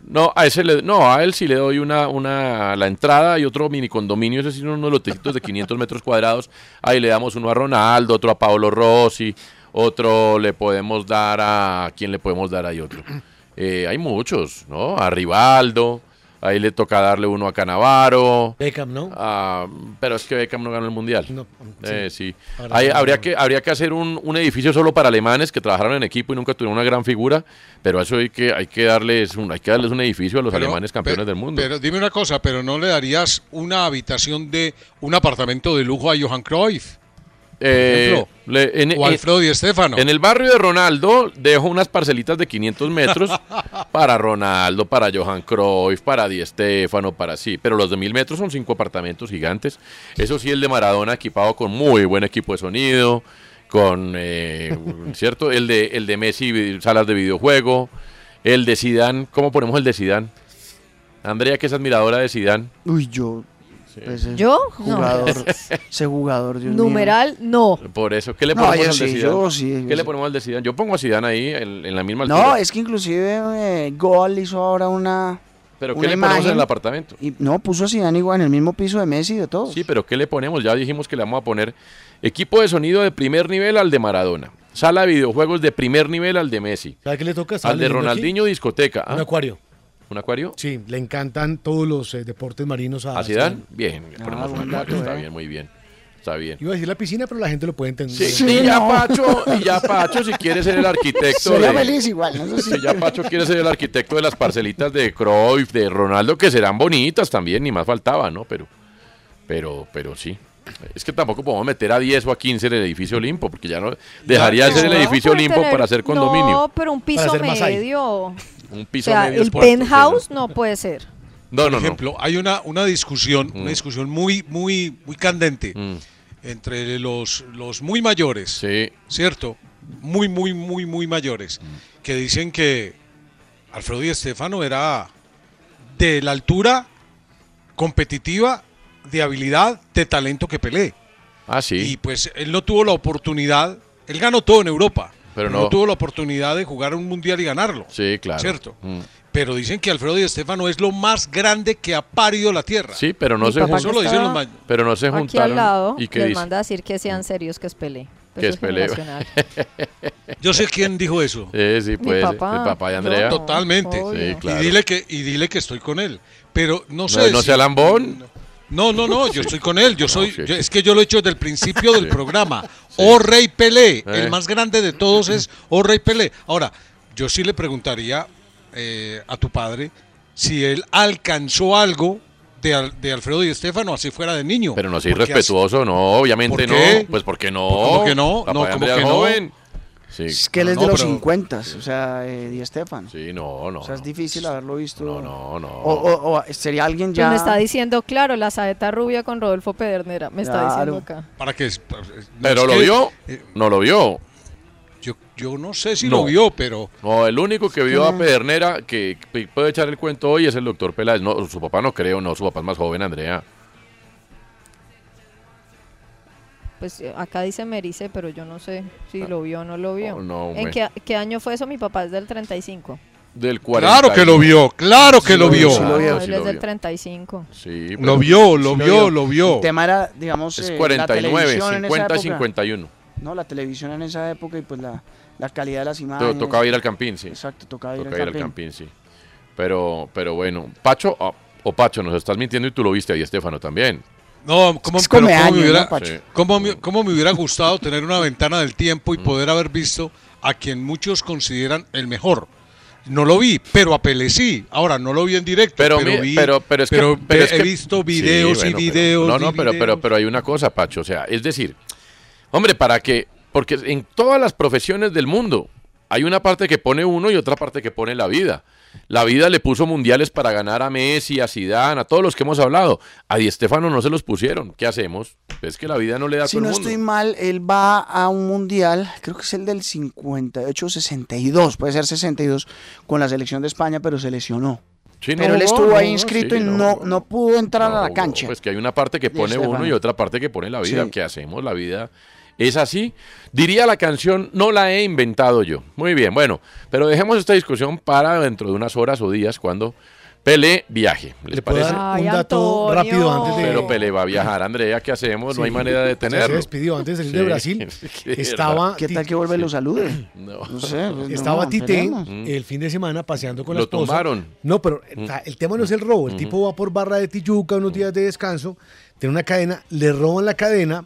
[SPEAKER 6] No, a ese le- no, a él sí le doy una, una la entrada y otro mini condominio, ese sí son unos lotecitos de 500 metros cuadrados. Ahí le damos uno a Ronaldo, otro a Paolo Rossi, otro le podemos dar a ¿a quién le podemos dar ahí otro. Eh, hay muchos, ¿no? A Rivaldo, Ahí le toca darle uno a Canavaro.
[SPEAKER 7] Beckham, ¿no?
[SPEAKER 6] Ah, pero es que Beckham no ganó el mundial.
[SPEAKER 7] sí.
[SPEAKER 6] Eh, sí.
[SPEAKER 7] Ahora
[SPEAKER 6] Ahí
[SPEAKER 7] sí,
[SPEAKER 6] habría, que, habría que hacer un, un edificio solo para alemanes que trabajaron en equipo y nunca tuvieron una gran figura. Pero a eso hay que, hay que, darles, un, hay que darles un edificio a los
[SPEAKER 9] Pero-
[SPEAKER 6] alemanes campeones del mundo.
[SPEAKER 9] Pero dime una cosa, pero ¿no le darías una habitación de un apartamento de lujo a Johan Cruyff? Por
[SPEAKER 6] Eh,
[SPEAKER 9] ejemplo,
[SPEAKER 6] le- en-
[SPEAKER 9] o
[SPEAKER 6] en-
[SPEAKER 9] Alfredo Di Stéfano.
[SPEAKER 6] En el barrio de Ronaldo dejo unas parcelitas de 500 metros para Ronaldo, para Johan Cruyff, para Di Stéfano, para sí. Pero los de 1000 metros son cinco apartamentos gigantes. Eso sí, el de Maradona equipado con muy buen equipo de sonido, con, eh, ¿cierto? El de, el de Messi, vi- salas de videojuego. El de Sidán, ¿cómo ponemos el de Sidán? Andrea, que es admiradora de Sidán.
[SPEAKER 8] Uy, yo. pues, eh,
[SPEAKER 11] ¿Yo? No.
[SPEAKER 8] Jugador. ese jugador, Dios mío.
[SPEAKER 11] Numeral, no.
[SPEAKER 6] Por eso, ¿qué le
[SPEAKER 8] No,
[SPEAKER 6] ponemos
[SPEAKER 8] yo
[SPEAKER 6] al de
[SPEAKER 8] sí,
[SPEAKER 6] Zidane?
[SPEAKER 8] yo sí, yo
[SPEAKER 6] ¿Qué le
[SPEAKER 8] sí.
[SPEAKER 6] ponemos al de Zidane? Yo pongo a Zidane ahí en, en la misma altura.
[SPEAKER 8] No, es que inclusive eh, Gol hizo ahora una.
[SPEAKER 6] ¿Pero qué
[SPEAKER 8] una
[SPEAKER 6] le ponemos en
[SPEAKER 8] imagen
[SPEAKER 6] el apartamento?
[SPEAKER 8] Y no, puso a Zidane igual en el mismo piso de Messi y de todo.
[SPEAKER 6] Sí, pero ¿qué le ponemos? Ya dijimos que le vamos a poner equipo de sonido de primer nivel al de Maradona. Sala de videojuegos de primer nivel al de Messi.
[SPEAKER 7] ¿Sabe qué le toca? Estaba
[SPEAKER 6] Al de
[SPEAKER 7] leyendo aquí.
[SPEAKER 6] Ronaldinho, discoteca. ¿ah?
[SPEAKER 7] Un acuario.
[SPEAKER 6] ¿Un acuario?
[SPEAKER 7] Sí, le encantan todos los eh, deportes marinos a,
[SPEAKER 6] ¿A Zidane? Bien, le
[SPEAKER 8] Ah,
[SPEAKER 6] ponemos un
[SPEAKER 7] buen dato,
[SPEAKER 6] acuario. Está
[SPEAKER 7] eh.
[SPEAKER 6] bien, muy bien. Está bien.
[SPEAKER 7] Iba a decir la piscina, pero la gente lo puede entender.
[SPEAKER 6] Sí, y ya Pacho, y ya Pacho, si quiere ser el arquitecto.
[SPEAKER 8] Sería
[SPEAKER 6] de-
[SPEAKER 8] feliz igual, ¿no? Eso sí.
[SPEAKER 6] Si ya Pacho quiere ser el arquitecto de las parcelitas de Cruyff, de Ronaldo, que serán bonitas también, ni más faltaba, ¿no? Pero, pero, pero sí. Es que tampoco podemos meter a 10 o a 15 en el edificio Olimpo, porque ya no dejaría de ser el
[SPEAKER 11] No,
[SPEAKER 6] edificio
[SPEAKER 11] puede
[SPEAKER 6] Olimpo
[SPEAKER 11] tener-
[SPEAKER 6] para hacer
[SPEAKER 11] No,
[SPEAKER 6] condominio.
[SPEAKER 11] pero un piso
[SPEAKER 6] hacer Masai.
[SPEAKER 11] medio.
[SPEAKER 6] Un
[SPEAKER 11] O
[SPEAKER 6] piso
[SPEAKER 11] sea,
[SPEAKER 6] medio
[SPEAKER 11] el
[SPEAKER 6] es puerto, sí,
[SPEAKER 11] penthouse no puede ser.
[SPEAKER 6] No, Mm.
[SPEAKER 9] Por ejemplo, hay una, una discusión, una discusión muy, muy, muy candente entre los, los muy mayores, ¿cierto? Muy, muy, muy, muy mayores, que dicen que Alfredo Di Estefano era de la altura competitiva, de habilidad, de talento que Pelé.
[SPEAKER 6] Ah, sí.
[SPEAKER 9] Y pues él no tuvo la oportunidad, él ganó todo en Europa,
[SPEAKER 6] Pero
[SPEAKER 9] pero
[SPEAKER 6] no-
[SPEAKER 9] no, tuvo la oportunidad de jugar un mundial y ganarlo.
[SPEAKER 6] Sí, claro.
[SPEAKER 9] Cierto.
[SPEAKER 6] Mm.
[SPEAKER 9] Pero dicen que Alfredo Di Estefano es lo más grande que ha parido la tierra.
[SPEAKER 6] Sí, pero no
[SPEAKER 9] Mi
[SPEAKER 6] se
[SPEAKER 9] papá
[SPEAKER 6] jun-
[SPEAKER 9] que Eso lo dicen los estaba ma-
[SPEAKER 6] Pero no se
[SPEAKER 11] Aquí al
[SPEAKER 6] juntaron.
[SPEAKER 11] lado
[SPEAKER 6] ¿Y qué
[SPEAKER 11] les
[SPEAKER 6] dice?
[SPEAKER 11] manda a decir que sean serios, que es Pelé.
[SPEAKER 6] Que
[SPEAKER 11] Eso
[SPEAKER 6] es Pelé.
[SPEAKER 11] generacional.
[SPEAKER 9] Yo sé quién dijo eso.
[SPEAKER 6] Sí, sí,
[SPEAKER 11] Mi
[SPEAKER 6] pues.
[SPEAKER 11] papá.
[SPEAKER 6] El papá de Andrea.
[SPEAKER 9] No, totalmente.
[SPEAKER 6] Sí, claro.
[SPEAKER 9] Y dile que y dile que estoy con él. Pero no sé.
[SPEAKER 6] No, no
[SPEAKER 9] si-
[SPEAKER 6] sea lambón.
[SPEAKER 9] No, no, no, yo estoy con él. Yo soy, yo- es que yo lo he hecho desde el principio del
[SPEAKER 6] Sí.
[SPEAKER 9] programa. O Oh, Rey Pelé,
[SPEAKER 6] Eh.
[SPEAKER 9] el más grande de todos es O Rey Pelé. Ahora, yo sí le preguntaría eh, a tu padre si él alcanzó algo de, Al- de Alfredo Di Estefano, así fuera de niño.
[SPEAKER 6] Pero no soy
[SPEAKER 9] Porque así-
[SPEAKER 6] irrespetuoso, no, obviamente
[SPEAKER 9] ¿Por qué?
[SPEAKER 6] no. Pues porque no.
[SPEAKER 9] ¿Cómo que no?
[SPEAKER 6] Papá
[SPEAKER 9] No,
[SPEAKER 6] de
[SPEAKER 9] ¿cómo
[SPEAKER 6] Andrea
[SPEAKER 9] que
[SPEAKER 6] es
[SPEAKER 9] no?
[SPEAKER 6] joven. Sí.
[SPEAKER 8] Es que él es
[SPEAKER 6] No,
[SPEAKER 8] de los
[SPEAKER 6] pero-
[SPEAKER 8] 50, o sea, eh, Di Estefano.
[SPEAKER 6] Sí, no, no.
[SPEAKER 8] O sea, es difícil haberlo visto. No,
[SPEAKER 6] no, no.
[SPEAKER 8] O, o- o sería alguien
[SPEAKER 11] Pues
[SPEAKER 8] ya.
[SPEAKER 11] me está diciendo, claro, la saeta rubia con Rodolfo Pedernera. Me está diciendo
[SPEAKER 8] Claro.
[SPEAKER 11] acá.
[SPEAKER 9] Para que,
[SPEAKER 6] Pero
[SPEAKER 9] es
[SPEAKER 6] lo
[SPEAKER 9] que- eh,
[SPEAKER 6] vio. No lo vio.
[SPEAKER 9] Yo, yo no sé si
[SPEAKER 6] No.
[SPEAKER 9] lo vio, pero
[SPEAKER 6] No, el único que vio a Pedernera que que puede echar el cuento hoy es el doctor Peláez. No, su papá no creo, no, su papá es más joven, Andrea.
[SPEAKER 11] Pues eh, acá dice Merice, pero yo no sé si lo vio o no lo vio.
[SPEAKER 6] Ah. Oh, no,
[SPEAKER 11] ¿En
[SPEAKER 6] hombre.
[SPEAKER 11] qué, qué año fue eso? Mi papá es del 35.
[SPEAKER 6] Del
[SPEAKER 9] Claro que lo vio, claro que lo vio.
[SPEAKER 6] Sí, lo vio,
[SPEAKER 11] No, Ah,
[SPEAKER 6] sí
[SPEAKER 11] él
[SPEAKER 6] lo
[SPEAKER 11] es del
[SPEAKER 6] vio.
[SPEAKER 11] 35.
[SPEAKER 6] Sí,
[SPEAKER 9] Lo
[SPEAKER 6] pero-
[SPEAKER 9] vio, lo vio, lo vio.
[SPEAKER 8] El tema era, digamos,
[SPEAKER 6] Es
[SPEAKER 8] eh, la
[SPEAKER 6] 49,
[SPEAKER 8] televisión en esa
[SPEAKER 6] 50,
[SPEAKER 8] época.
[SPEAKER 6] 51.
[SPEAKER 8] No, la televisión en esa época y pues la, la calidad de las
[SPEAKER 6] To-
[SPEAKER 8] imágenes.
[SPEAKER 6] tocaba ir al Campín, sí.
[SPEAKER 8] Exacto, tocaba ir
[SPEAKER 6] Tocaba
[SPEAKER 8] al
[SPEAKER 6] ir al
[SPEAKER 8] Campín.
[SPEAKER 6] Campín, sí. Pero, pero bueno, Pacho, o o Pacho, nos estás mintiendo y tú lo viste ahí, Estefano, también.
[SPEAKER 9] No, ¿cómo,
[SPEAKER 6] Es
[SPEAKER 9] pero
[SPEAKER 6] come
[SPEAKER 9] cómo
[SPEAKER 6] años,
[SPEAKER 9] me hubiera,
[SPEAKER 6] ¿no, Pacho? Sí.
[SPEAKER 9] cómo me- cómo me hubiera gustado tener una ventana del tiempo y poder haber visto a quien muchos consideran el mejor? No lo vi, pero a Pelé sí. Ahora, no lo vi en directo, pero,
[SPEAKER 6] Pero, mi-
[SPEAKER 9] vi-
[SPEAKER 6] pero, pero es que-
[SPEAKER 9] pero
[SPEAKER 6] pero es
[SPEAKER 9] he
[SPEAKER 6] que-
[SPEAKER 9] visto videos
[SPEAKER 6] Sí, bueno,
[SPEAKER 9] y
[SPEAKER 6] pero-
[SPEAKER 9] videos.
[SPEAKER 6] no,
[SPEAKER 9] y
[SPEAKER 6] no, pero, pero,
[SPEAKER 9] videos.
[SPEAKER 6] pero hay una cosa, Pacho. O sea, es decir, hombre, para que. Porque en todas las profesiones del mundo hay una parte que pone uno y otra parte que pone la vida. La vida le puso mundiales para ganar a Messi, a Zidane, a todos los que hemos hablado. A Di Stefano no se los pusieron. ¿Qué hacemos? Es que la vida no le da a
[SPEAKER 8] Si
[SPEAKER 6] todo
[SPEAKER 8] no
[SPEAKER 6] el mundo.
[SPEAKER 8] estoy mal, él va a un mundial, creo que es el del 58 62, puede ser 62, con la selección de España, pero se lesionó.
[SPEAKER 6] Sí, no
[SPEAKER 8] pero él
[SPEAKER 6] jugó,
[SPEAKER 8] estuvo
[SPEAKER 6] no
[SPEAKER 8] ahí
[SPEAKER 6] jugó,
[SPEAKER 8] inscrito
[SPEAKER 6] sí,
[SPEAKER 8] y
[SPEAKER 6] no
[SPEAKER 8] no, no pudo entrar a la cancha.
[SPEAKER 6] Pues que hay una parte que
[SPEAKER 8] Di
[SPEAKER 6] pone uno
[SPEAKER 8] Stéfano.
[SPEAKER 6] y otra parte que pone la vida.
[SPEAKER 8] Sí.
[SPEAKER 6] ¿Qué hacemos? La vida es así. Diría la canción, no la he inventado yo. Muy bien, bueno, pero dejemos esta discusión para dentro de unas horas o días cuando Pelé viaje, ¿les
[SPEAKER 8] puedo dar
[SPEAKER 6] parece?
[SPEAKER 8] un Ay, dato Antonio. rápido antes de-
[SPEAKER 6] Pero Pelé va a viajar, Andrea, ¿qué hacemos? No hay
[SPEAKER 8] Sí.
[SPEAKER 6] manera de
[SPEAKER 8] O sea, se
[SPEAKER 6] tenerlo.
[SPEAKER 8] despidió antes de salir de Brasil.
[SPEAKER 6] qué
[SPEAKER 8] Estaba
[SPEAKER 6] raro.
[SPEAKER 9] ¿Qué tal que vuelve y lo salude?
[SPEAKER 6] No.
[SPEAKER 9] sé, pues, no,
[SPEAKER 8] Ah, Estaba
[SPEAKER 9] no,
[SPEAKER 8] Tite
[SPEAKER 9] esperemos.
[SPEAKER 8] el fin de semana paseando con la
[SPEAKER 6] Mm. Lo
[SPEAKER 8] esposa.
[SPEAKER 6] tumbaron. Mm.
[SPEAKER 8] No, pero ta- el tema no es el robo. El
[SPEAKER 6] Ujú.
[SPEAKER 8] tipo va por barra de Tijuca, unos días de descanso, tiene una cadena, le roban la cadena,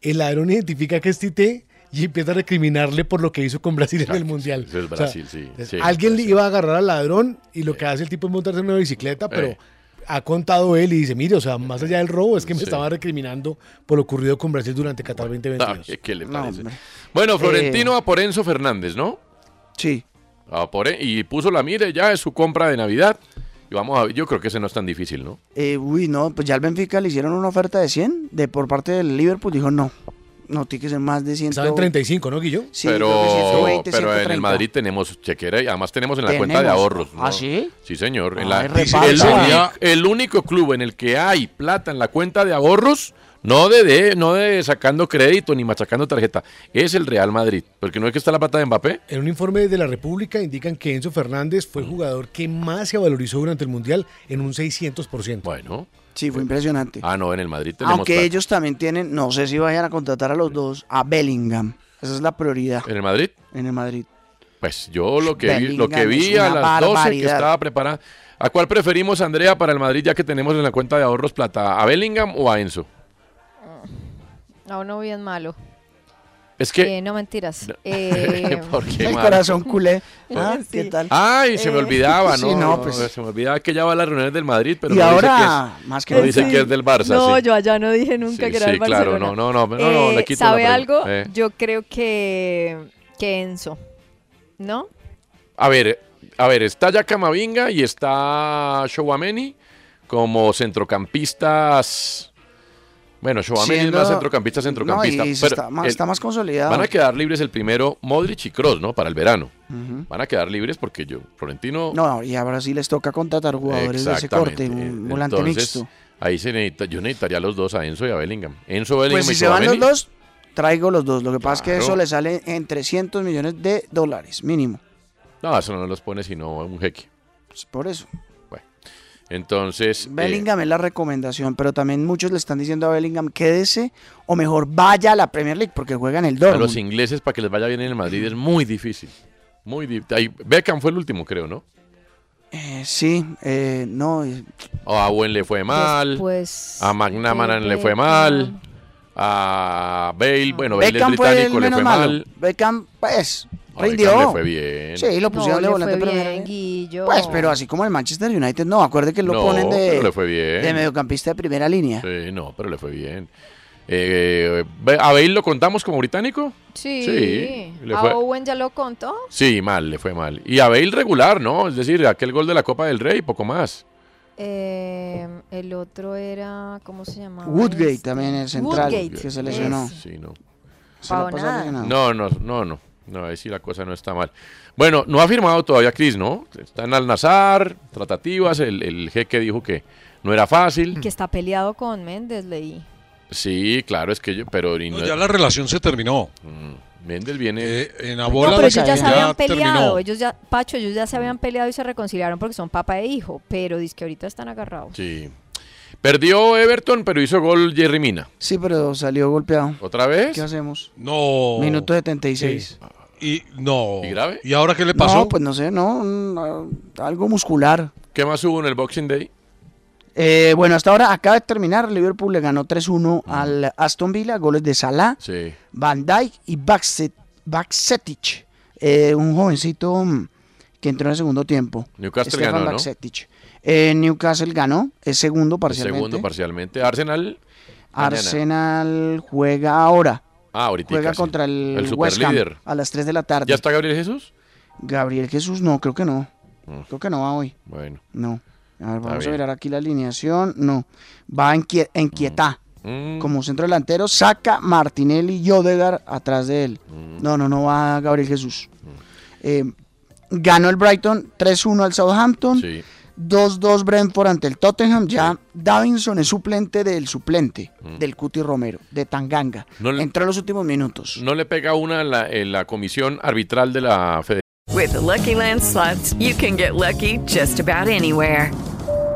[SPEAKER 8] el ladrón identifica que es Tite y empieza a recriminarle por lo que hizo con Brasil en el Mundial.
[SPEAKER 6] Eso es
[SPEAKER 8] O sea,
[SPEAKER 6] Brasil, sí,
[SPEAKER 8] entonces,
[SPEAKER 6] sí.
[SPEAKER 8] Alguien le iba a agarrar al ladrón y lo que hace el tipo es montarse en una bicicleta, pero...
[SPEAKER 6] Eh.
[SPEAKER 8] Ha contado él y dice, mire, o sea, más allá del robo, es que me
[SPEAKER 6] Sí.
[SPEAKER 8] estaba recriminando por lo ocurrido con Brasil durante Qatar 2022.
[SPEAKER 6] Ah, ¿Qué le
[SPEAKER 8] No,
[SPEAKER 6] parece?
[SPEAKER 8] hombre.
[SPEAKER 6] bueno, Florentino a por Enzo Fernández, ¿no?
[SPEAKER 9] Eh,
[SPEAKER 6] e,
[SPEAKER 9] Sí.
[SPEAKER 6] y puso la mire ya es su compra de Navidad. Y vamos a ver, yo creo que ese no es tan difícil, ¿no?
[SPEAKER 9] Eh, uy, no, pues ya al Benfica le hicieron una oferta de 100 de por parte del Liverpool. Dijo, no, no tiene que ser más de 100.
[SPEAKER 8] Estaba en 35, ¿no, Guillo?
[SPEAKER 9] Sí,
[SPEAKER 6] pero
[SPEAKER 9] creo que 120,
[SPEAKER 6] pero en
[SPEAKER 9] 130.
[SPEAKER 6] el Madrid tenemos chequera y además tenemos en la
[SPEAKER 9] Tenemos.
[SPEAKER 6] cuenta de ahorros.
[SPEAKER 9] ¿Ah, sí? Ah,
[SPEAKER 6] Sí, señor. En
[SPEAKER 9] Ay,
[SPEAKER 6] la-
[SPEAKER 9] reparta.
[SPEAKER 6] el,
[SPEAKER 9] Sería-
[SPEAKER 6] único, el único club en el que hay plata en la cuenta de ahorros, no de, de- no de sacando crédito ni machacando tarjeta, es el Real Madrid. Porque no es que está la plata de Mbappé. Mm.
[SPEAKER 8] En un informe de la República indican que Enzo Fernández fue el jugador que más se valorizó durante el Mundial en un 600%.
[SPEAKER 6] Bueno.
[SPEAKER 9] Sí, fue impresionante.
[SPEAKER 6] Ah, no, en el Madrid tenemos
[SPEAKER 9] Aunque
[SPEAKER 6] plata.
[SPEAKER 9] ellos también tienen, no sé si vayan a contratar a los dos, a Bellingham. Esa es la prioridad
[SPEAKER 6] ¿En el Madrid?
[SPEAKER 9] en el Madrid.
[SPEAKER 6] Pues yo lo que vi, lo que
[SPEAKER 9] Bellingham es
[SPEAKER 6] vi a
[SPEAKER 9] una
[SPEAKER 6] las 12 que
[SPEAKER 9] barbaridad.
[SPEAKER 6] estaba preparada. ¿A cuál preferimos, Andrea, para el Madrid ya que tenemos en la cuenta de ahorros plata? ¿A Bellingham o a Enzo?
[SPEAKER 11] A uno bien malo.
[SPEAKER 6] Es que
[SPEAKER 11] Eh, no mentiras. Eh,
[SPEAKER 6] ¿Por qué,
[SPEAKER 9] El
[SPEAKER 6] Mar?
[SPEAKER 9] corazón culé. Ah, ¿Qué tal?
[SPEAKER 6] Ay, se me
[SPEAKER 9] Eh,
[SPEAKER 6] olvidaba,
[SPEAKER 9] sí,
[SPEAKER 6] ¿no?
[SPEAKER 9] no, pues.
[SPEAKER 6] Se me olvidaba que ya va a las reuniones del Madrid, pero
[SPEAKER 9] Y
[SPEAKER 6] no
[SPEAKER 9] ahora,
[SPEAKER 6] dice que es,
[SPEAKER 9] Ah, más que
[SPEAKER 6] no
[SPEAKER 9] nunca.
[SPEAKER 6] dice que es del Barça.
[SPEAKER 11] no,
[SPEAKER 6] sí.
[SPEAKER 11] yo allá no dije nunca
[SPEAKER 6] Sí,
[SPEAKER 11] que era
[SPEAKER 6] sí,
[SPEAKER 11] el
[SPEAKER 6] claro,
[SPEAKER 11] Barcelona.
[SPEAKER 6] no, no, no, no, no, le quito la
[SPEAKER 11] ¿Sabe
[SPEAKER 6] pregunta.
[SPEAKER 11] algo?
[SPEAKER 6] Eh.
[SPEAKER 11] Yo creo que, que Enzo, ¿no?
[SPEAKER 6] A ver, a ver, está ya Camavinga y está Showameni como centrocampistas. Bueno, Showameni es
[SPEAKER 9] Siendo-
[SPEAKER 6] más centrocampista, centrocampista.
[SPEAKER 9] No, y se
[SPEAKER 6] pero
[SPEAKER 9] está, más,
[SPEAKER 6] el-
[SPEAKER 9] está más consolidado.
[SPEAKER 6] Van a quedar libres el primero Modric y Kroos, ¿no? Para el verano.
[SPEAKER 9] Ujú.
[SPEAKER 6] Van a quedar libres porque yo, Florentino,
[SPEAKER 9] No, y ahora sí les toca contratar jugadores de ese
[SPEAKER 6] Exactamente.
[SPEAKER 9] corte, un volante
[SPEAKER 6] Entonces,
[SPEAKER 9] mixto.
[SPEAKER 6] Ahí se necesita, yo necesitaría a los dos, a Enzo y a Bellingham. Enzo, Bellingham
[SPEAKER 9] Pues si
[SPEAKER 6] y
[SPEAKER 9] se van los
[SPEAKER 6] Tchouaméni.
[SPEAKER 9] dos, traigo los dos. Lo que pasa es
[SPEAKER 6] Claro.
[SPEAKER 9] que eso le sale en 300 millones de dólares, mínimo.
[SPEAKER 6] No, eso no los pone sino un jeque.
[SPEAKER 9] Pues por eso.
[SPEAKER 6] Entonces, eh,
[SPEAKER 9] Bellingham es la recomendación, pero también muchos le están diciendo a Bellingham quédese o mejor vaya a la Premier League porque juega en el
[SPEAKER 6] a los
[SPEAKER 9] Dortmund.
[SPEAKER 6] ingleses para que les vaya bien en el Madrid es muy difícil. Muy di- ahí- Beckham fue el último, creo, ¿no?
[SPEAKER 9] Eh, sí, eh, no, eh,
[SPEAKER 6] O a Owen le fue mal.
[SPEAKER 9] Después
[SPEAKER 6] a McNamara
[SPEAKER 9] de
[SPEAKER 6] le fue
[SPEAKER 9] Beckham.
[SPEAKER 6] mal. A Bale, bueno, Bale es
[SPEAKER 9] Beckham fue el
[SPEAKER 6] británico, le
[SPEAKER 9] menos
[SPEAKER 6] fue
[SPEAKER 9] malo.
[SPEAKER 6] mal.
[SPEAKER 9] Beckham, pues,
[SPEAKER 6] A Beckham
[SPEAKER 9] rindió.
[SPEAKER 6] le fue bien.
[SPEAKER 9] Sí, lo pusieron
[SPEAKER 11] No,
[SPEAKER 9] de
[SPEAKER 11] le
[SPEAKER 9] volante
[SPEAKER 11] fue bien,
[SPEAKER 9] Premier League. Pues, pero así como el Manchester United, no, acuerde que lo
[SPEAKER 6] No,
[SPEAKER 9] ponen de,
[SPEAKER 6] pero le fue bien.
[SPEAKER 9] de mediocampista de primera línea.
[SPEAKER 6] Sí, no, pero le fue bien. Eh, Be- ¿A Bale lo contamos como británico?
[SPEAKER 11] Sí.
[SPEAKER 6] Sí, le
[SPEAKER 11] a
[SPEAKER 6] fue-
[SPEAKER 11] Owen ya lo contó.
[SPEAKER 6] Sí, mal, le fue mal. Y a Bale regular, ¿no? Es decir, aquel gol de la Copa del Rey, poco más.
[SPEAKER 11] Eh, el otro era, ¿cómo se llamaba?
[SPEAKER 9] Woodgate
[SPEAKER 11] este?
[SPEAKER 9] también, el central,
[SPEAKER 11] Woodgate,
[SPEAKER 9] que se lesionó.
[SPEAKER 11] ese.
[SPEAKER 6] Sí, no.
[SPEAKER 9] Se la
[SPEAKER 11] Pavonada.
[SPEAKER 9] pasa lesionado.
[SPEAKER 6] No, no, no, no. No, ahí sí la cosa no está mal. Bueno, no ha firmado todavía Cris, ¿no? Está en Al-Nazar, tratativas, el, el jeque dijo que no era fácil.
[SPEAKER 11] Que está peleado con Méndez, leí.
[SPEAKER 6] Sí, claro, es que yo, pero... y no-
[SPEAKER 12] Ya la relación se terminó.
[SPEAKER 6] Méndez viene...
[SPEAKER 12] en
[SPEAKER 11] No,
[SPEAKER 12] Abola
[SPEAKER 11] pero ellos ya se habían peleado.
[SPEAKER 12] terminó.
[SPEAKER 11] Ellos ya, Pacho, ellos ya se habían peleado y se reconciliaron porque son papá e hijo. Pero dice que ahorita están agarrados.
[SPEAKER 6] Sí. Perdió Everton, pero hizo gol Jerry Mina.
[SPEAKER 9] Sí, pero salió golpeado.
[SPEAKER 6] ¿Otra vez?
[SPEAKER 9] ¿Qué hacemos?
[SPEAKER 6] Oh.
[SPEAKER 12] No.
[SPEAKER 9] Minuto 76.
[SPEAKER 12] Y no.
[SPEAKER 6] ¿Y grave?
[SPEAKER 12] ¿Y ahora qué le pasó?
[SPEAKER 9] No, pues no sé, no, un, ah, algo muscular.
[SPEAKER 6] ¿Qué más hubo en el Boxing Day?
[SPEAKER 9] Eh, bueno, hasta ahora acaba de terminar. Liverpool le ganó 3-1
[SPEAKER 6] Mm.
[SPEAKER 9] al Aston Villa, goles de Salah,
[SPEAKER 6] Sí.
[SPEAKER 9] Van Dijk y Bakset- Baksetic, eh, un jovencito mm, que entró en el segundo tiempo.
[SPEAKER 6] Newcastle
[SPEAKER 9] Stefan
[SPEAKER 6] ganó, ¿no?
[SPEAKER 9] Baksetic. Eh, Newcastle ganó, es segundo parcialmente.
[SPEAKER 6] Segundo parcialmente. Arsenal. mañana.
[SPEAKER 9] Arsenal juega ahora,
[SPEAKER 6] Ah, ahorita.
[SPEAKER 9] juega
[SPEAKER 6] sí.
[SPEAKER 9] contra el,
[SPEAKER 6] El
[SPEAKER 9] West Ham
[SPEAKER 6] superlíder.
[SPEAKER 9] a las 3 de la tarde.
[SPEAKER 6] ¿Ya está Gabriel Jesús? Mm.
[SPEAKER 9] Gabriel Jesús, no, creo que no. Creo que no va hoy.
[SPEAKER 6] Bueno.
[SPEAKER 9] No. A ver, vamos a
[SPEAKER 6] bien.
[SPEAKER 9] mirar aquí la alineación. No. Va en, Quie- en Quietá.
[SPEAKER 6] Mm.
[SPEAKER 9] Como centro delantero, saca Martinelli y Odegar atrás de él.
[SPEAKER 6] Mm.
[SPEAKER 9] No, no, no va Gabriel Jesús. Eh, ganó el Brighton 3-1 al Southampton. 2-2 Brentford ante el Tottenham. Ya Davinson es suplente del suplente,
[SPEAKER 6] Mm.
[SPEAKER 9] del Cuti Romero, de Tanganga.
[SPEAKER 6] No le-
[SPEAKER 9] Entró en los últimos minutos.
[SPEAKER 6] No le pega una en la, en la comisión arbitral de la Federación.
[SPEAKER 13] With the Lucky Land slots, you can get lucky just about anywhere.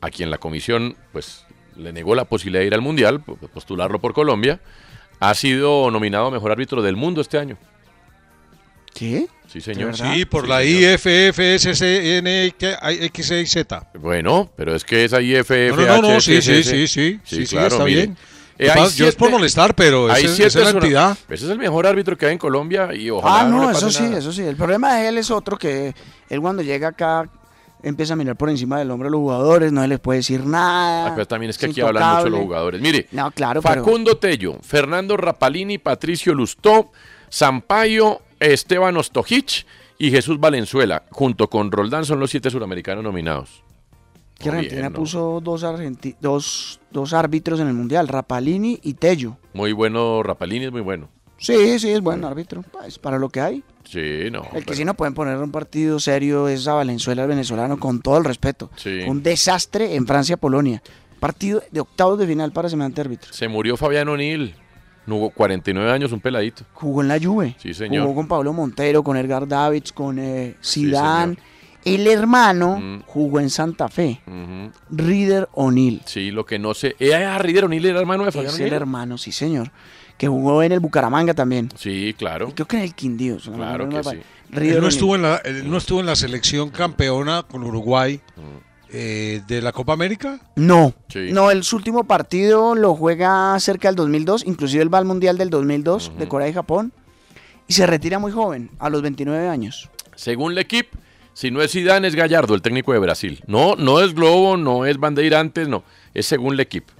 [SPEAKER 6] a quien la comisión pues, le negó la posibilidad de ir al Mundial, po- pues, postularlo por Colombia, ha sido nominado mejor árbitro del mundo este año.
[SPEAKER 8] ¿Qué?
[SPEAKER 6] Sí, señor.
[SPEAKER 9] Sí, por la
[SPEAKER 6] señor.
[SPEAKER 9] IFFSCNXIZ.
[SPEAKER 6] Bueno, pero es que esa IFF.
[SPEAKER 9] No, no, no, no, sí, sí, sí, sí, sí, sí, está bien.
[SPEAKER 6] Eh,
[SPEAKER 9] Lo más, yo es por molestar, pero ese- esa es la entidad.
[SPEAKER 6] Ese es el mejor árbitro que hay en Colombia y ojalá.
[SPEAKER 8] Ah, no,
[SPEAKER 6] le pase
[SPEAKER 8] eso sí,
[SPEAKER 6] nada.
[SPEAKER 8] eso sí. El problema de él es otro que él cuando llega acá empieza a mirar por encima del hombro a los jugadores, no les puede decir nada.
[SPEAKER 6] Ah, pero también es que
[SPEAKER 8] es
[SPEAKER 6] aquí hablan mucho
[SPEAKER 8] intocable.
[SPEAKER 6] los jugadores. Mire,
[SPEAKER 8] No, claro, pero-
[SPEAKER 6] Facundo Tello, Fernando Rapalini, Patricio Lustó, Sampaio, Esteban Ostojic y Jesús Valenzuela, junto con Roldán, son los siete suramericanos nominados.
[SPEAKER 8] Que
[SPEAKER 6] Muy
[SPEAKER 8] Argentina
[SPEAKER 6] bien, ¿no?
[SPEAKER 8] puso dos, argenti- dos, dos árbitros en el Mundial, Rapalini y Tello.
[SPEAKER 6] Muy bueno, Rapalini es muy bueno.
[SPEAKER 8] Sí, sí, es buen árbitro, pues, para lo que hay.
[SPEAKER 6] Sí, no.
[SPEAKER 8] El que sí no pueden poner un partido serio es a Valenzuela, el venezolano, con todo el respeto.
[SPEAKER 6] Sí.
[SPEAKER 8] Un desastre en Francia-Polonia. Partido de octavos de final para semejante árbitro.
[SPEAKER 6] Se murió Fabián O'Neill, hubo 49 años, un peladito.
[SPEAKER 8] Jugó en la Juve.
[SPEAKER 6] Sí, señor.
[SPEAKER 8] Jugó con Pablo Montero, con Edgar Davids, con eh, Zidane. el hermano jugó en Santa Fe.
[SPEAKER 6] Mm, Ujú.
[SPEAKER 8] Reader O'Neill.
[SPEAKER 6] Sí, lo que no sé. Eh, ah, Rider O'Neill era hermano de Fabián
[SPEAKER 8] Es el
[SPEAKER 6] O'Neill.
[SPEAKER 8] hermano, sí, señor. Que jugó en el Bucaramanga también.
[SPEAKER 6] Sí, claro.
[SPEAKER 8] Creo que en el Quindío. si no me
[SPEAKER 6] Claro
[SPEAKER 8] acuerdo,
[SPEAKER 6] que
[SPEAKER 8] no me- Reader
[SPEAKER 9] Él no,
[SPEAKER 8] O'Neill.
[SPEAKER 9] estuvo en la, él no estuvo en la selección campeona con Uruguay eh, de la Copa América.
[SPEAKER 8] No.
[SPEAKER 9] Sí.
[SPEAKER 8] No, el su último partido lo juega cerca del 2002, inclusive él va al Mundial del 2002 de Corea y Japón, y se retira muy joven, a los 29 años.
[SPEAKER 6] Según la equipo, si no es Zidane, es Gallardo, el técnico de Brasil. No, no es Globo, no es Bandeirantes, no. Es según la equipo.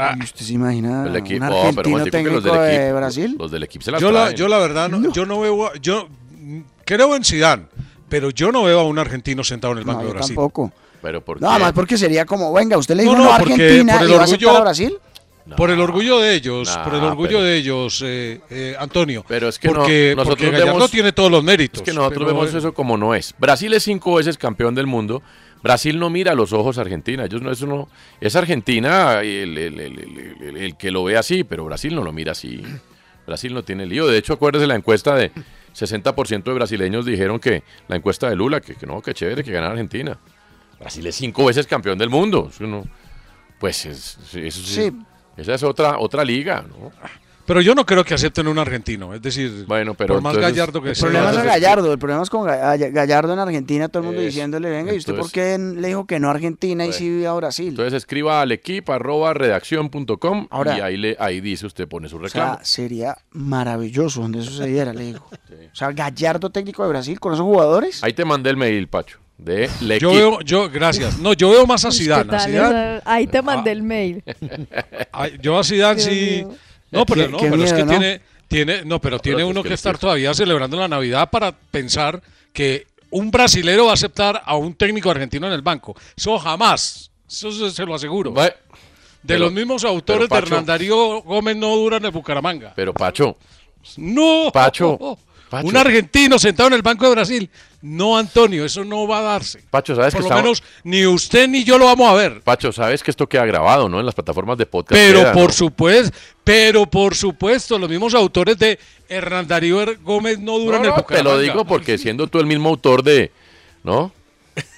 [SPEAKER 9] Ah.
[SPEAKER 8] ¿Y ¿Usted se imagina
[SPEAKER 6] El
[SPEAKER 8] un
[SPEAKER 6] equipo, oh, pero
[SPEAKER 8] argentino
[SPEAKER 6] Montijo, que
[SPEAKER 8] técnico
[SPEAKER 6] los del
[SPEAKER 8] de
[SPEAKER 6] equipo-
[SPEAKER 8] Brasil?
[SPEAKER 6] Los del equipo se las
[SPEAKER 9] yo, la,
[SPEAKER 6] traen.
[SPEAKER 9] yo la verdad, no, yo no veo, a- yo mm, creo en Zidane, pero yo no veo a un argentino sentado en el banco
[SPEAKER 8] No,
[SPEAKER 9] de
[SPEAKER 8] yo
[SPEAKER 9] Brasil. Eh,
[SPEAKER 8] tampoco.
[SPEAKER 6] Pero ¿por
[SPEAKER 8] No, más porque sería como, venga, usted le
[SPEAKER 9] No,
[SPEAKER 8] dijo
[SPEAKER 9] no,
[SPEAKER 8] no, a
[SPEAKER 9] porque
[SPEAKER 8] Argentina
[SPEAKER 9] por el
[SPEAKER 8] y va a
[SPEAKER 9] orgullo-
[SPEAKER 8] aceptar a Brasil.
[SPEAKER 9] Por el orgullo de ellos,
[SPEAKER 6] Nah,
[SPEAKER 9] por el orgullo
[SPEAKER 6] pero-
[SPEAKER 9] de ellos, eh, eh, Antonio.
[SPEAKER 6] Pero es que no-
[SPEAKER 9] porque,
[SPEAKER 6] nosotros
[SPEAKER 9] eh, porque Gallardo
[SPEAKER 6] vemos-
[SPEAKER 9] tiene todos los méritos.
[SPEAKER 6] Es que nosotros
[SPEAKER 9] pero,
[SPEAKER 6] vemos
[SPEAKER 9] eh,
[SPEAKER 6] eso como no es. Brasil es cinco veces campeón del mundo. Brasil no mira a los ojos a Argentina. Ellos no, eso no, es Argentina el, el- el- el- el- el que lo ve así, pero Brasil no lo mira así. Brasil no tiene lío. De hecho, acuérdese la encuesta de 60% de brasileños dijeron que la encuesta de Lula, que, que no, que chévere, que gana Argentina. Brasil es cinco veces campeón del mundo. Eso no- pues es- sí, eso sí.
[SPEAKER 9] Sí.
[SPEAKER 6] Esa es otra, otra liga, ¿no?
[SPEAKER 9] pero yo no creo que acepten un argentino. Es decir,
[SPEAKER 6] bueno, pues, pero
[SPEAKER 9] por más
[SPEAKER 6] entonces-
[SPEAKER 9] Gallardo que
[SPEAKER 6] el
[SPEAKER 9] sea.
[SPEAKER 6] problema
[SPEAKER 8] No es a Gallardo, el problema es con Ga- a- Gallardo en Argentina, todo el mundo
[SPEAKER 6] Eso.
[SPEAKER 8] diciéndole, venga, ¿y usted por
[SPEAKER 6] Entonces-
[SPEAKER 8] qué le dijo que no a Argentina y sí a Brasil?
[SPEAKER 6] Entonces escriba al equipo arroba redacción.com
[SPEAKER 8] Ahora-
[SPEAKER 6] y ahí le ahí dice usted pone su
[SPEAKER 8] O
[SPEAKER 6] reclamo.
[SPEAKER 8] sea, sería maravilloso donde eso se diera, le digo. O sea, Gallardo técnico de Brasil con esos jugadores.
[SPEAKER 6] ahí te mandé el mail, Pacho, de le
[SPEAKER 9] Yo veo, yo, gracias. No, yo veo más a Zidane. a
[SPEAKER 11] Total,
[SPEAKER 9] Zidane.
[SPEAKER 11] esa- ahí te mandé el mail.
[SPEAKER 9] Ay, yo a Zidane
[SPEAKER 11] Dios
[SPEAKER 9] sí.
[SPEAKER 11] mío.
[SPEAKER 9] No, pero
[SPEAKER 8] Qué-
[SPEAKER 9] no,
[SPEAKER 8] qué
[SPEAKER 9] pero es que
[SPEAKER 8] miedo, ¿no?
[SPEAKER 9] tiene, tiene, no, pero tiene uno que estar todavía celebrando la Navidad para pensar que un brasilero va a aceptar a un técnico argentino en el banco. Eso jamás. Eso se, se lo aseguro.
[SPEAKER 6] Va-
[SPEAKER 9] de
[SPEAKER 6] pero-
[SPEAKER 9] los mismos autores
[SPEAKER 6] pero, Pacho-
[SPEAKER 9] de Hernán Darío Gómez no duran en Bucaramanga.
[SPEAKER 6] Pero Pacho,
[SPEAKER 9] No. oh,
[SPEAKER 6] Pacho, Pacho.
[SPEAKER 9] Un argentino sentado en el Banco de Brasil. No, Antonio, eso no va a darse.
[SPEAKER 6] Pacho, sabes
[SPEAKER 9] Por
[SPEAKER 6] que
[SPEAKER 9] lo
[SPEAKER 6] estamos-
[SPEAKER 9] menos ni usted ni yo lo vamos a ver.
[SPEAKER 6] Pacho, sabes que esto queda grabado, ¿no? En las plataformas de podcast.
[SPEAKER 9] Pero
[SPEAKER 6] queda, ¿no?
[SPEAKER 9] por supuesto, pero por supuesto, los mismos autores de Hernán Darío Er- Gómez no duran
[SPEAKER 6] No,
[SPEAKER 9] el
[SPEAKER 6] no, te
[SPEAKER 9] Bucaramanga.
[SPEAKER 6] lo digo porque siendo tú el mismo autor de, ¿no?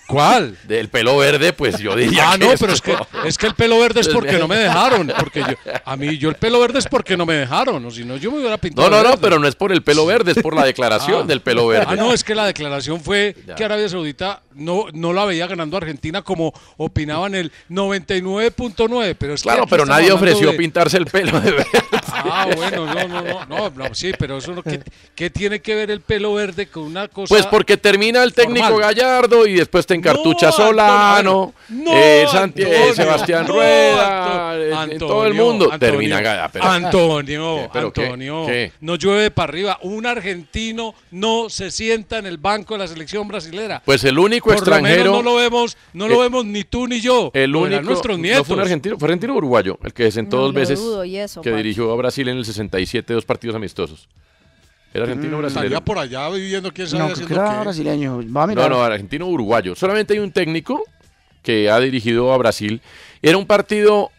[SPEAKER 9] ¿Cuál?
[SPEAKER 6] Del pelo verde, pues yo diría
[SPEAKER 9] Ah,
[SPEAKER 6] que
[SPEAKER 9] no,
[SPEAKER 6] esto-
[SPEAKER 9] pero es que, es que el pelo verde es
[SPEAKER 6] Pues
[SPEAKER 9] porque
[SPEAKER 6] me-
[SPEAKER 9] no me dejaron. Porque yo, ah, a mí, yo el pelo verde es porque no me dejaron. O si no, yo me hubiera pintado.
[SPEAKER 6] No, no, no,
[SPEAKER 9] verde.
[SPEAKER 6] pero no es por el pelo verde, es por la declaración
[SPEAKER 9] Ah.
[SPEAKER 6] del pelo verde.
[SPEAKER 9] Ah, no, es que la declaración fue
[SPEAKER 6] Ya.
[SPEAKER 9] que Arabia Saudita no, no la veía ganando a Argentina como opinaban el 99.9. Pero es que
[SPEAKER 6] Claro,
[SPEAKER 9] aquí
[SPEAKER 6] pero
[SPEAKER 9] estamos
[SPEAKER 6] nadie
[SPEAKER 9] hablando
[SPEAKER 6] ofreció
[SPEAKER 9] de-
[SPEAKER 6] pintarse el pelo de verde.
[SPEAKER 9] Ah, bueno, no, no, no, no, no, sí, pero eso no, ¿qué, qué tiene que ver el pelo verde con una cosa?
[SPEAKER 6] Pues porque termina el técnico
[SPEAKER 9] Formal.
[SPEAKER 6] Gallardo y después te encartucha
[SPEAKER 9] No,
[SPEAKER 6] Solano,
[SPEAKER 9] Antonio,
[SPEAKER 6] eh,
[SPEAKER 9] no,
[SPEAKER 6] Santi- eh,
[SPEAKER 9] Antonio,
[SPEAKER 6] Sebastián
[SPEAKER 9] no,
[SPEAKER 6] Rueda,
[SPEAKER 9] Anto-
[SPEAKER 6] eh, en
[SPEAKER 9] Antonio,
[SPEAKER 6] todo el mundo.
[SPEAKER 9] Antonio,
[SPEAKER 6] termina Gallardo. pero-
[SPEAKER 9] Antonio,
[SPEAKER 6] ¿Qué? ¿Pero qué?
[SPEAKER 9] Antonio,
[SPEAKER 6] ¿Qué?
[SPEAKER 9] no llueve para arriba. Un argentino no se sienta en el banco de la selección brasilera.
[SPEAKER 6] Pues el único
[SPEAKER 9] Por
[SPEAKER 6] extranjero-
[SPEAKER 9] Lo menos no lo vemos, no lo
[SPEAKER 6] Eh,
[SPEAKER 9] vemos ni tú ni yo.
[SPEAKER 6] El
[SPEAKER 9] Lo
[SPEAKER 6] único,
[SPEAKER 9] verán nuestros nietos.
[SPEAKER 6] No fue un argentino, fue argentino o uruguayo, el que se sentó
[SPEAKER 11] No
[SPEAKER 6] dos
[SPEAKER 11] lo
[SPEAKER 6] veces,
[SPEAKER 11] dudo, y eso,
[SPEAKER 6] que
[SPEAKER 11] Pacho.
[SPEAKER 6] dirigió a Brasil en el 67 dos partidos amistosos. Era argentino o brasileño.
[SPEAKER 9] Estaría por allá viviendo quién sabe
[SPEAKER 8] No, creo
[SPEAKER 9] haciendo
[SPEAKER 8] que era
[SPEAKER 9] qué.
[SPEAKER 8] brasileño. Va a
[SPEAKER 6] No,
[SPEAKER 8] mirar.
[SPEAKER 6] no, argentino o uruguayo. Solamente hay un técnico que ha dirigido a Brasil. Era un partido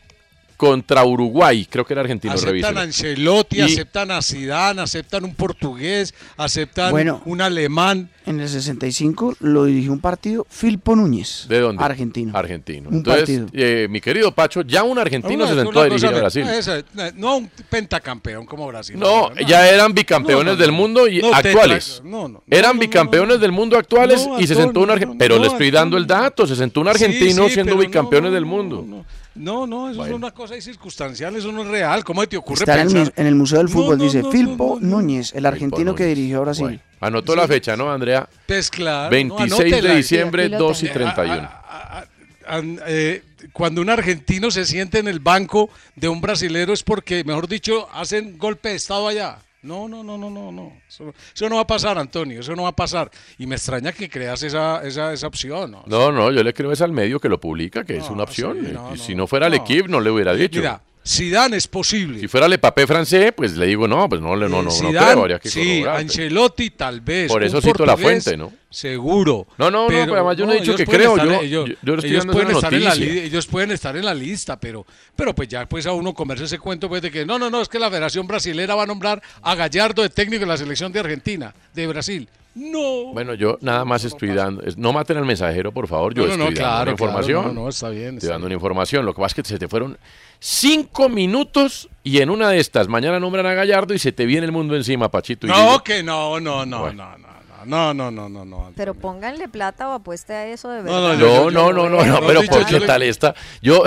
[SPEAKER 6] contra Uruguay, creo que era argentino,
[SPEAKER 9] Aceptan
[SPEAKER 6] revíselo.
[SPEAKER 9] a Ancelotti,
[SPEAKER 6] Y-
[SPEAKER 9] aceptan a Zidane, aceptan un portugués, aceptan
[SPEAKER 8] Bueno.
[SPEAKER 9] un alemán.
[SPEAKER 8] En el 65 lo dirigió un partido Filpo Núñez.
[SPEAKER 6] ¿De dónde?
[SPEAKER 8] Argentino.
[SPEAKER 6] Argentino.
[SPEAKER 8] Un
[SPEAKER 6] Entonces,
[SPEAKER 8] partido.
[SPEAKER 6] eh, mi querido Pacho, ya un argentino
[SPEAKER 9] Una-
[SPEAKER 6] se sentó
[SPEAKER 9] una
[SPEAKER 6] a dirigir
[SPEAKER 9] cosa-
[SPEAKER 6] a Brasil.
[SPEAKER 9] esa- no un pentacampeón como Brasil.
[SPEAKER 6] No, ya eran bicampeones
[SPEAKER 9] No, no,
[SPEAKER 6] del
[SPEAKER 9] no.
[SPEAKER 6] mundo y
[SPEAKER 9] No, tetra-
[SPEAKER 6] actuales.
[SPEAKER 9] no, no,
[SPEAKER 6] eran bicampeones del mundo actuales y se sentó un argentino. pero le estoy dando el dato, se sentó un
[SPEAKER 9] Sí,
[SPEAKER 6] argentino
[SPEAKER 9] sí,
[SPEAKER 6] siendo
[SPEAKER 9] pero no,
[SPEAKER 6] bicampeones
[SPEAKER 9] no,
[SPEAKER 6] del
[SPEAKER 9] no,
[SPEAKER 6] mundo.
[SPEAKER 9] No, no, eso es una cosa ahí circunstancial, eso no es real. ¿Cómo te ocurre
[SPEAKER 8] Está en el,
[SPEAKER 9] pensar?
[SPEAKER 8] mu- en el Museo del
[SPEAKER 9] No,
[SPEAKER 8] Fútbol,
[SPEAKER 9] no,
[SPEAKER 8] dice
[SPEAKER 9] no, no,
[SPEAKER 8] Filpo Núñez, el argentino que
[SPEAKER 6] Núñez.
[SPEAKER 8] dirigió a Brasil.
[SPEAKER 6] Anotó la fecha, ¿no, Andrea?
[SPEAKER 9] Pues claro, no,
[SPEAKER 6] 26
[SPEAKER 9] anótela.
[SPEAKER 6] de diciembre, 2 y
[SPEAKER 9] Eh,
[SPEAKER 6] 31.
[SPEAKER 9] an- eh, cuando un argentino se siente en el banco de un brasilero es porque, mejor dicho, hacen golpe de estado allá. No, no, no, no, no, no. Eso, eso no va a pasar, Antonio, eso no va a pasar. Y me extraña que creas esa, esa, esa opción. ¿no?
[SPEAKER 6] No, no, yo le creo es al medio que lo publica, que es una opción.
[SPEAKER 9] sí, no, Eh,
[SPEAKER 6] Y si no fuera el equipo, no le hubiera dicho.
[SPEAKER 9] Mira, Zidane es posible.
[SPEAKER 6] si fuera el papel francés, pues le digo, no, pues no, le- no, no, no
[SPEAKER 9] Zidane,
[SPEAKER 6] creo, habría que
[SPEAKER 9] sí,
[SPEAKER 6] corroborar, pero-
[SPEAKER 9] Ancelotti tal vez.
[SPEAKER 6] Por
[SPEAKER 9] un
[SPEAKER 6] eso cito la
[SPEAKER 9] portugués,
[SPEAKER 6] fuente, ¿no?
[SPEAKER 9] Seguro.
[SPEAKER 6] No, no, no, pero además yo no he dicho
[SPEAKER 9] ellos
[SPEAKER 6] que
[SPEAKER 9] pueden
[SPEAKER 6] creo,
[SPEAKER 9] estar-
[SPEAKER 6] yo-
[SPEAKER 9] ellos,
[SPEAKER 6] yo- yo estoy
[SPEAKER 9] ellos
[SPEAKER 6] dando
[SPEAKER 9] pueden
[SPEAKER 6] una
[SPEAKER 9] estar en la li-
[SPEAKER 6] noticia.
[SPEAKER 9] ellos pueden estar en la lista, pero, pero pues ya pues a uno comerse ese cuento pues de que no, no, no, es que la Federación Brasilera va a nombrar a Gallardo de técnico de la selección de Argentina, de Brasil. No.
[SPEAKER 6] Bueno, yo nada más estoy dando. es- No maten al mensajero, por favor. Yo
[SPEAKER 9] No, no, no,
[SPEAKER 6] estoy dando
[SPEAKER 9] claro,
[SPEAKER 6] una información.
[SPEAKER 9] claro, no, no, está bien,
[SPEAKER 6] Estoy dando una información. Lo que pasa es que se te fueron cinco minutos y en una de estas, mañana nombran a Gallardo y se te viene el mundo encima, Pachito. y
[SPEAKER 9] No,
[SPEAKER 6] Guille.
[SPEAKER 9] que no, no, no,
[SPEAKER 6] Bueno.
[SPEAKER 9] no, no, no, no, no, no, no.
[SPEAKER 14] Pero pónganle plata o apueste a eso de
[SPEAKER 9] no,
[SPEAKER 14] verdad.
[SPEAKER 6] No, no, no, no, no,
[SPEAKER 9] no,
[SPEAKER 6] pero
[SPEAKER 9] dicho,
[SPEAKER 6] ¿por
[SPEAKER 9] yo
[SPEAKER 6] qué
[SPEAKER 9] le-
[SPEAKER 6] tal esta? Yo,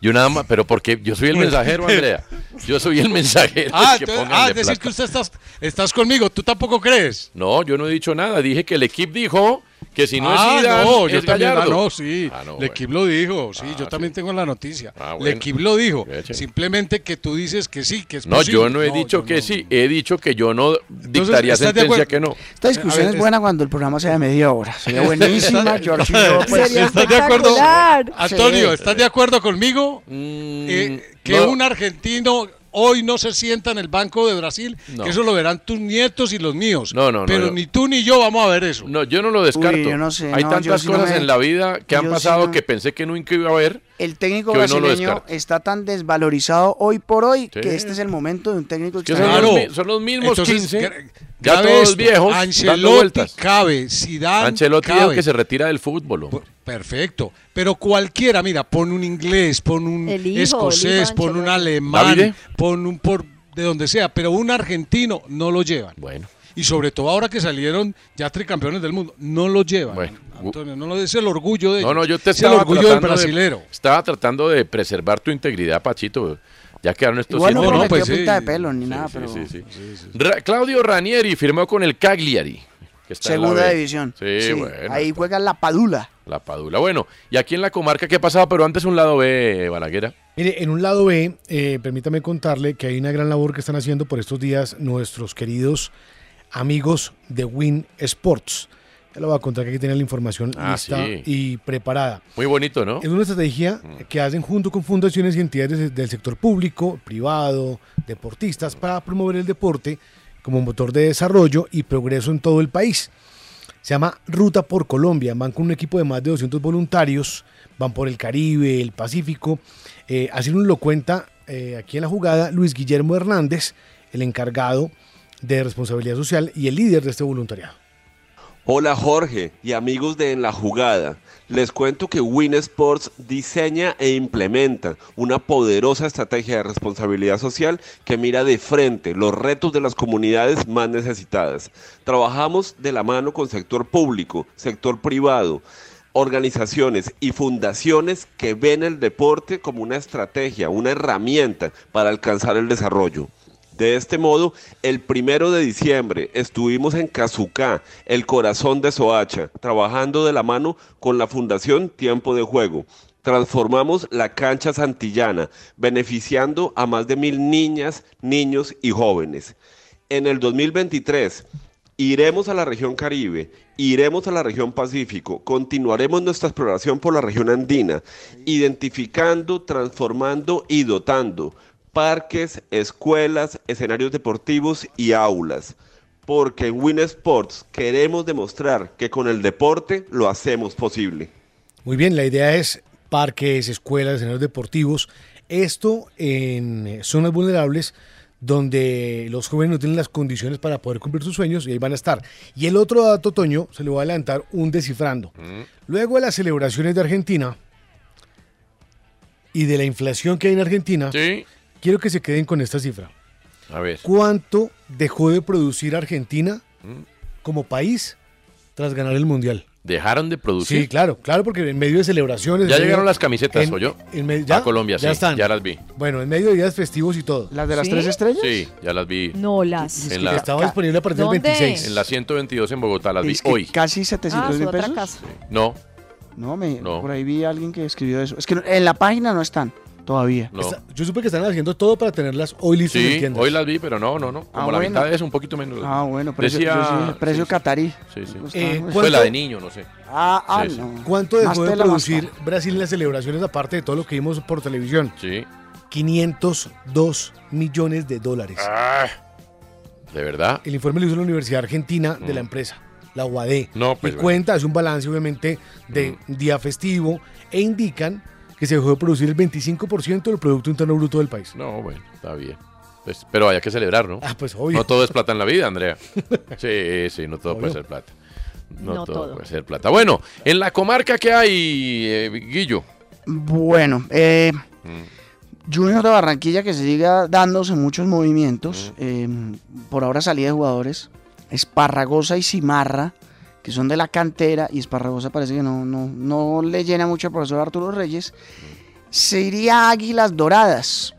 [SPEAKER 6] yo nada más, pero porque yo soy el mensajero, Andrea. Yo soy el mensajero.
[SPEAKER 9] Ah,
[SPEAKER 6] que
[SPEAKER 9] entonces-
[SPEAKER 6] pongan
[SPEAKER 9] ah,
[SPEAKER 6] de
[SPEAKER 9] es decir
[SPEAKER 6] plata.
[SPEAKER 9] que usted estás, estás conmigo, tú tampoco crees.
[SPEAKER 6] No, yo no he dicho nada. Dije que el equipo dijo que si no
[SPEAKER 9] ah,
[SPEAKER 6] es Zidane,
[SPEAKER 9] no,
[SPEAKER 6] es
[SPEAKER 9] yo también, ah,
[SPEAKER 6] Gallardo.
[SPEAKER 9] no, sí,
[SPEAKER 6] Ah, no,
[SPEAKER 9] el
[SPEAKER 6] bueno. Ah,
[SPEAKER 9] equipo lo dijo, sí, yo también tengo la noticia,
[SPEAKER 6] bueno.
[SPEAKER 9] el equipo lo dijo,
[SPEAKER 6] Eche.
[SPEAKER 9] simplemente que tú dices que sí, que es
[SPEAKER 6] No, yo
[SPEAKER 9] posible.
[SPEAKER 6] no he dicho que sí, he dicho que yo no dictaría
[SPEAKER 9] ¿estás de
[SPEAKER 6] sentencia
[SPEAKER 9] acuerdo?
[SPEAKER 6] que no.
[SPEAKER 8] Esta discusión es buena cuando el programa sea de media hora. Sería buenísima, George. y yo, pues,
[SPEAKER 9] Sería Ah, ¿Estás de acuerdo?
[SPEAKER 8] espectacular.
[SPEAKER 9] Antonio,
[SPEAKER 8] Sí.
[SPEAKER 9] ¿estás de acuerdo conmigo? Eh, que
[SPEAKER 6] Mm, no.
[SPEAKER 9] un argentino hoy no se sienta en el Banco de Brasil,
[SPEAKER 6] No.
[SPEAKER 9] que eso lo verán tus nietos y los míos.
[SPEAKER 6] No, no, no,
[SPEAKER 9] Pero
[SPEAKER 6] no.
[SPEAKER 9] ni tú ni yo vamos a ver eso.
[SPEAKER 6] No, yo no lo descarto.
[SPEAKER 8] Uy, yo no sé,
[SPEAKER 6] Hay
[SPEAKER 8] no, yo
[SPEAKER 6] tantas
[SPEAKER 8] sí no
[SPEAKER 6] cosas
[SPEAKER 8] me-
[SPEAKER 6] en la vida que han
[SPEAKER 8] yo sí
[SPEAKER 6] pasado
[SPEAKER 8] no.
[SPEAKER 6] que pensé que nunca iba a haber.
[SPEAKER 8] El técnico
[SPEAKER 6] que hoy no lo
[SPEAKER 8] brasileño
[SPEAKER 6] descarto.
[SPEAKER 8] está tan desvalorizado hoy por hoy
[SPEAKER 6] Sí.
[SPEAKER 8] que este es el momento de un técnico
[SPEAKER 6] Que son,
[SPEAKER 8] extranjero.
[SPEAKER 6] los, mi- son los mismos
[SPEAKER 9] Entonces,
[SPEAKER 6] 15,
[SPEAKER 9] gra-
[SPEAKER 6] ya
[SPEAKER 9] grave
[SPEAKER 6] todos
[SPEAKER 9] esto,
[SPEAKER 6] viejos, dando
[SPEAKER 9] Ancelotti
[SPEAKER 6] vueltas.
[SPEAKER 9] cabe, Zidane
[SPEAKER 6] Ancelotti
[SPEAKER 9] cabe.
[SPEAKER 6] dijo que se retira del fútbol. hombre.
[SPEAKER 9] Perfecto. Pero cualquiera, mira, pon un inglés, pon un
[SPEAKER 11] El hijo, el hijo
[SPEAKER 9] escocés,
[SPEAKER 11] de
[SPEAKER 9] pon un alemán,
[SPEAKER 6] ¿Davide?
[SPEAKER 9] pon un por de donde sea, pero un argentino no lo llevan.
[SPEAKER 6] Bueno.
[SPEAKER 9] Y sobre todo ahora que salieron ya tricampeones del mundo, no lo llevan. Antonio, no lo es el orgullo de
[SPEAKER 6] No, no,
[SPEAKER 9] ellos,
[SPEAKER 6] yo te
[SPEAKER 9] es el
[SPEAKER 6] estaba
[SPEAKER 9] orgullo del
[SPEAKER 6] tratando,
[SPEAKER 9] brasilero.
[SPEAKER 6] de, estaba tratando de preservar tu integridad, Pachito. Ya quedaron estos
[SPEAKER 8] Igual no,
[SPEAKER 6] cinco
[SPEAKER 8] prometió
[SPEAKER 9] pues,
[SPEAKER 6] minutos.
[SPEAKER 8] pinta de pelo ni nada, pero
[SPEAKER 6] Sí, sí, sí. Ra- Claudio Ranieri firmó con el Cagliari. que está en la
[SPEAKER 8] segunda
[SPEAKER 6] B.
[SPEAKER 8] división.
[SPEAKER 6] Sí,
[SPEAKER 8] Sí,
[SPEAKER 6] bueno.
[SPEAKER 8] Ahí juega la Padula.
[SPEAKER 6] La Padula. Bueno, y aquí en la comarca, ¿qué pasaba? Pero antes un lado B, Ah, Balaguera.
[SPEAKER 7] Mire, en un lado B, eh, permítame contarle que hay una gran labor que están haciendo por estos días nuestros queridos amigos de Win Sports. Ya lo voy a contar que aquí tienen la información
[SPEAKER 6] Ah,
[SPEAKER 7] lista
[SPEAKER 6] sí.
[SPEAKER 7] y preparada.
[SPEAKER 6] Muy bonito, ¿no?
[SPEAKER 7] Es una estrategia que hacen junto con fundaciones y entidades de- del sector público, privado, deportistas, para promover el deporte como motor de desarrollo y progreso en todo el país. Se llama Ruta por Colombia. Van con un equipo de más de 200 voluntarios, van por el Caribe, el Pacífico. Eh, así nos lo cuenta eh, aquí en la jugada Luis Guillermo Hernández, el encargado de responsabilidad social y el líder de este voluntariado.
[SPEAKER 15] Hola Jorge y amigos de En la Jugada. Les cuento que Win Sports diseña e implementa una poderosa estrategia de responsabilidad social que mira de frente los retos de las comunidades más necesitadas. Trabajamos de la mano con sector público, sector privado, organizaciones y fundaciones que ven el deporte como una estrategia, una herramienta para alcanzar el desarrollo. De este modo, el primero de diciembre estuvimos en Cazucá, el corazón de Soacha, trabajando de la mano con la Fundación Tiempo de Juego. Transformamos la cancha santillana, beneficiando a más de mil niñas, niños y jóvenes. En el 2023, Iremos a la región Caribe, iremos a la región Pacífico, continuaremos nuestra exploración por la región andina, identificando, transformando y dotando parques, escuelas, escenarios deportivos y aulas. Porque en Win Sports queremos demostrar que con el deporte lo hacemos posible.
[SPEAKER 7] Muy bien, la idea es parques, escuelas, escenarios deportivos. Esto en eh, zonas vulnerables donde los jóvenes no tienen las condiciones para poder cumplir sus sueños y ahí van a estar. Y el otro dato, Toño, se le va a adelantar un descifrando.
[SPEAKER 6] Mm.
[SPEAKER 7] Luego de las celebraciones de Argentina y de la inflación que hay en Argentina, quiero que se queden con esta cifra.
[SPEAKER 6] A ver.
[SPEAKER 7] ¿Cuánto dejó de producir Argentina
[SPEAKER 8] Mm.
[SPEAKER 7] como país tras ganar el Mundial?
[SPEAKER 6] Dejaron de producir.
[SPEAKER 7] Sí, claro, claro, porque en medio de celebraciones...
[SPEAKER 6] Ya
[SPEAKER 7] en medio-
[SPEAKER 6] llegaron las camisetas,
[SPEAKER 7] en-
[SPEAKER 6] ¿o yo?
[SPEAKER 7] en medio- ¿ya?
[SPEAKER 6] A Colombia,
[SPEAKER 7] Ya
[SPEAKER 6] sí.
[SPEAKER 7] están.
[SPEAKER 6] Ya las vi.
[SPEAKER 7] Bueno, en medio de días festivos y todo.
[SPEAKER 8] ¿Las
[SPEAKER 6] de las ¿Sí? tres
[SPEAKER 8] estrellas?
[SPEAKER 6] Sí, ya las vi.
[SPEAKER 11] No las.
[SPEAKER 6] En
[SPEAKER 7] que estaba disponible a partir del ¿Dónde? 26.
[SPEAKER 6] En la 122 en Bogotá las vi
[SPEAKER 8] Es que
[SPEAKER 6] hoy.
[SPEAKER 8] Casi
[SPEAKER 11] Ah,
[SPEAKER 8] 700 mil pesos.
[SPEAKER 6] No,
[SPEAKER 8] No, me, por ahí vi a alguien que escribió eso. Es que no- en la página no están todavía.
[SPEAKER 6] no.
[SPEAKER 7] Está- yo supe que están haciendo todo para tenerlas hoy listas en
[SPEAKER 6] Sí,
[SPEAKER 7] tiendas.
[SPEAKER 6] hoy las vi, pero no, no, no. Como
[SPEAKER 8] Ah,
[SPEAKER 6] la
[SPEAKER 8] bueno.
[SPEAKER 6] mitad de eso, un poquito menos.
[SPEAKER 8] Ah, bueno, pero yo-
[SPEAKER 6] Decía...
[SPEAKER 8] yo sí, el precio catarí.
[SPEAKER 6] Sí, sí.
[SPEAKER 8] Costaba,
[SPEAKER 7] Eh,
[SPEAKER 8] pues.
[SPEAKER 6] Fue la de niño, no sé.
[SPEAKER 8] Ah, ah,
[SPEAKER 6] Sí, sí.
[SPEAKER 8] no.
[SPEAKER 7] ¿Cuánto dejó
[SPEAKER 8] Más
[SPEAKER 7] de
[SPEAKER 8] tela, más
[SPEAKER 7] producir Brasil en las celebraciones, aparte de todo lo que vimos por televisión?
[SPEAKER 6] Sí.
[SPEAKER 7] 502 millones de dólares.
[SPEAKER 6] Ah. ¿De verdad?
[SPEAKER 7] El informe lo hizo la Universidad Argentina de la
[SPEAKER 6] Mm.
[SPEAKER 7] empresa, la UAD.
[SPEAKER 6] No, pues,
[SPEAKER 7] y
[SPEAKER 6] bueno. Mm.
[SPEAKER 7] cuenta, hace un balance obviamente de día festivo e indican que se dejó de producir el 25% del Producto Interno Bruto del país.
[SPEAKER 6] No, bueno, está bien. Pues, pero hay que celebrar, ¿no?
[SPEAKER 7] Ah, pues, obvio.
[SPEAKER 6] No todo es plata en la vida, Andrea. Sí, sí, no todo
[SPEAKER 7] Obvio.
[SPEAKER 6] puede ser plata. No,
[SPEAKER 8] No
[SPEAKER 6] todo,
[SPEAKER 8] todo.
[SPEAKER 6] puede ser plata. Bueno, en la comarca que hay, eh, Guillo.
[SPEAKER 8] Bueno, eh, Junior de Barranquilla que se siga dándose muchos movimientos. eh, por ahora salida de jugadores. Esparragosa y Cimarra, que son de la cantera. Y Esparragosa parece que no, no, no le llena mucho al profesor Arturo Reyes. Se iría a Águilas Doradas.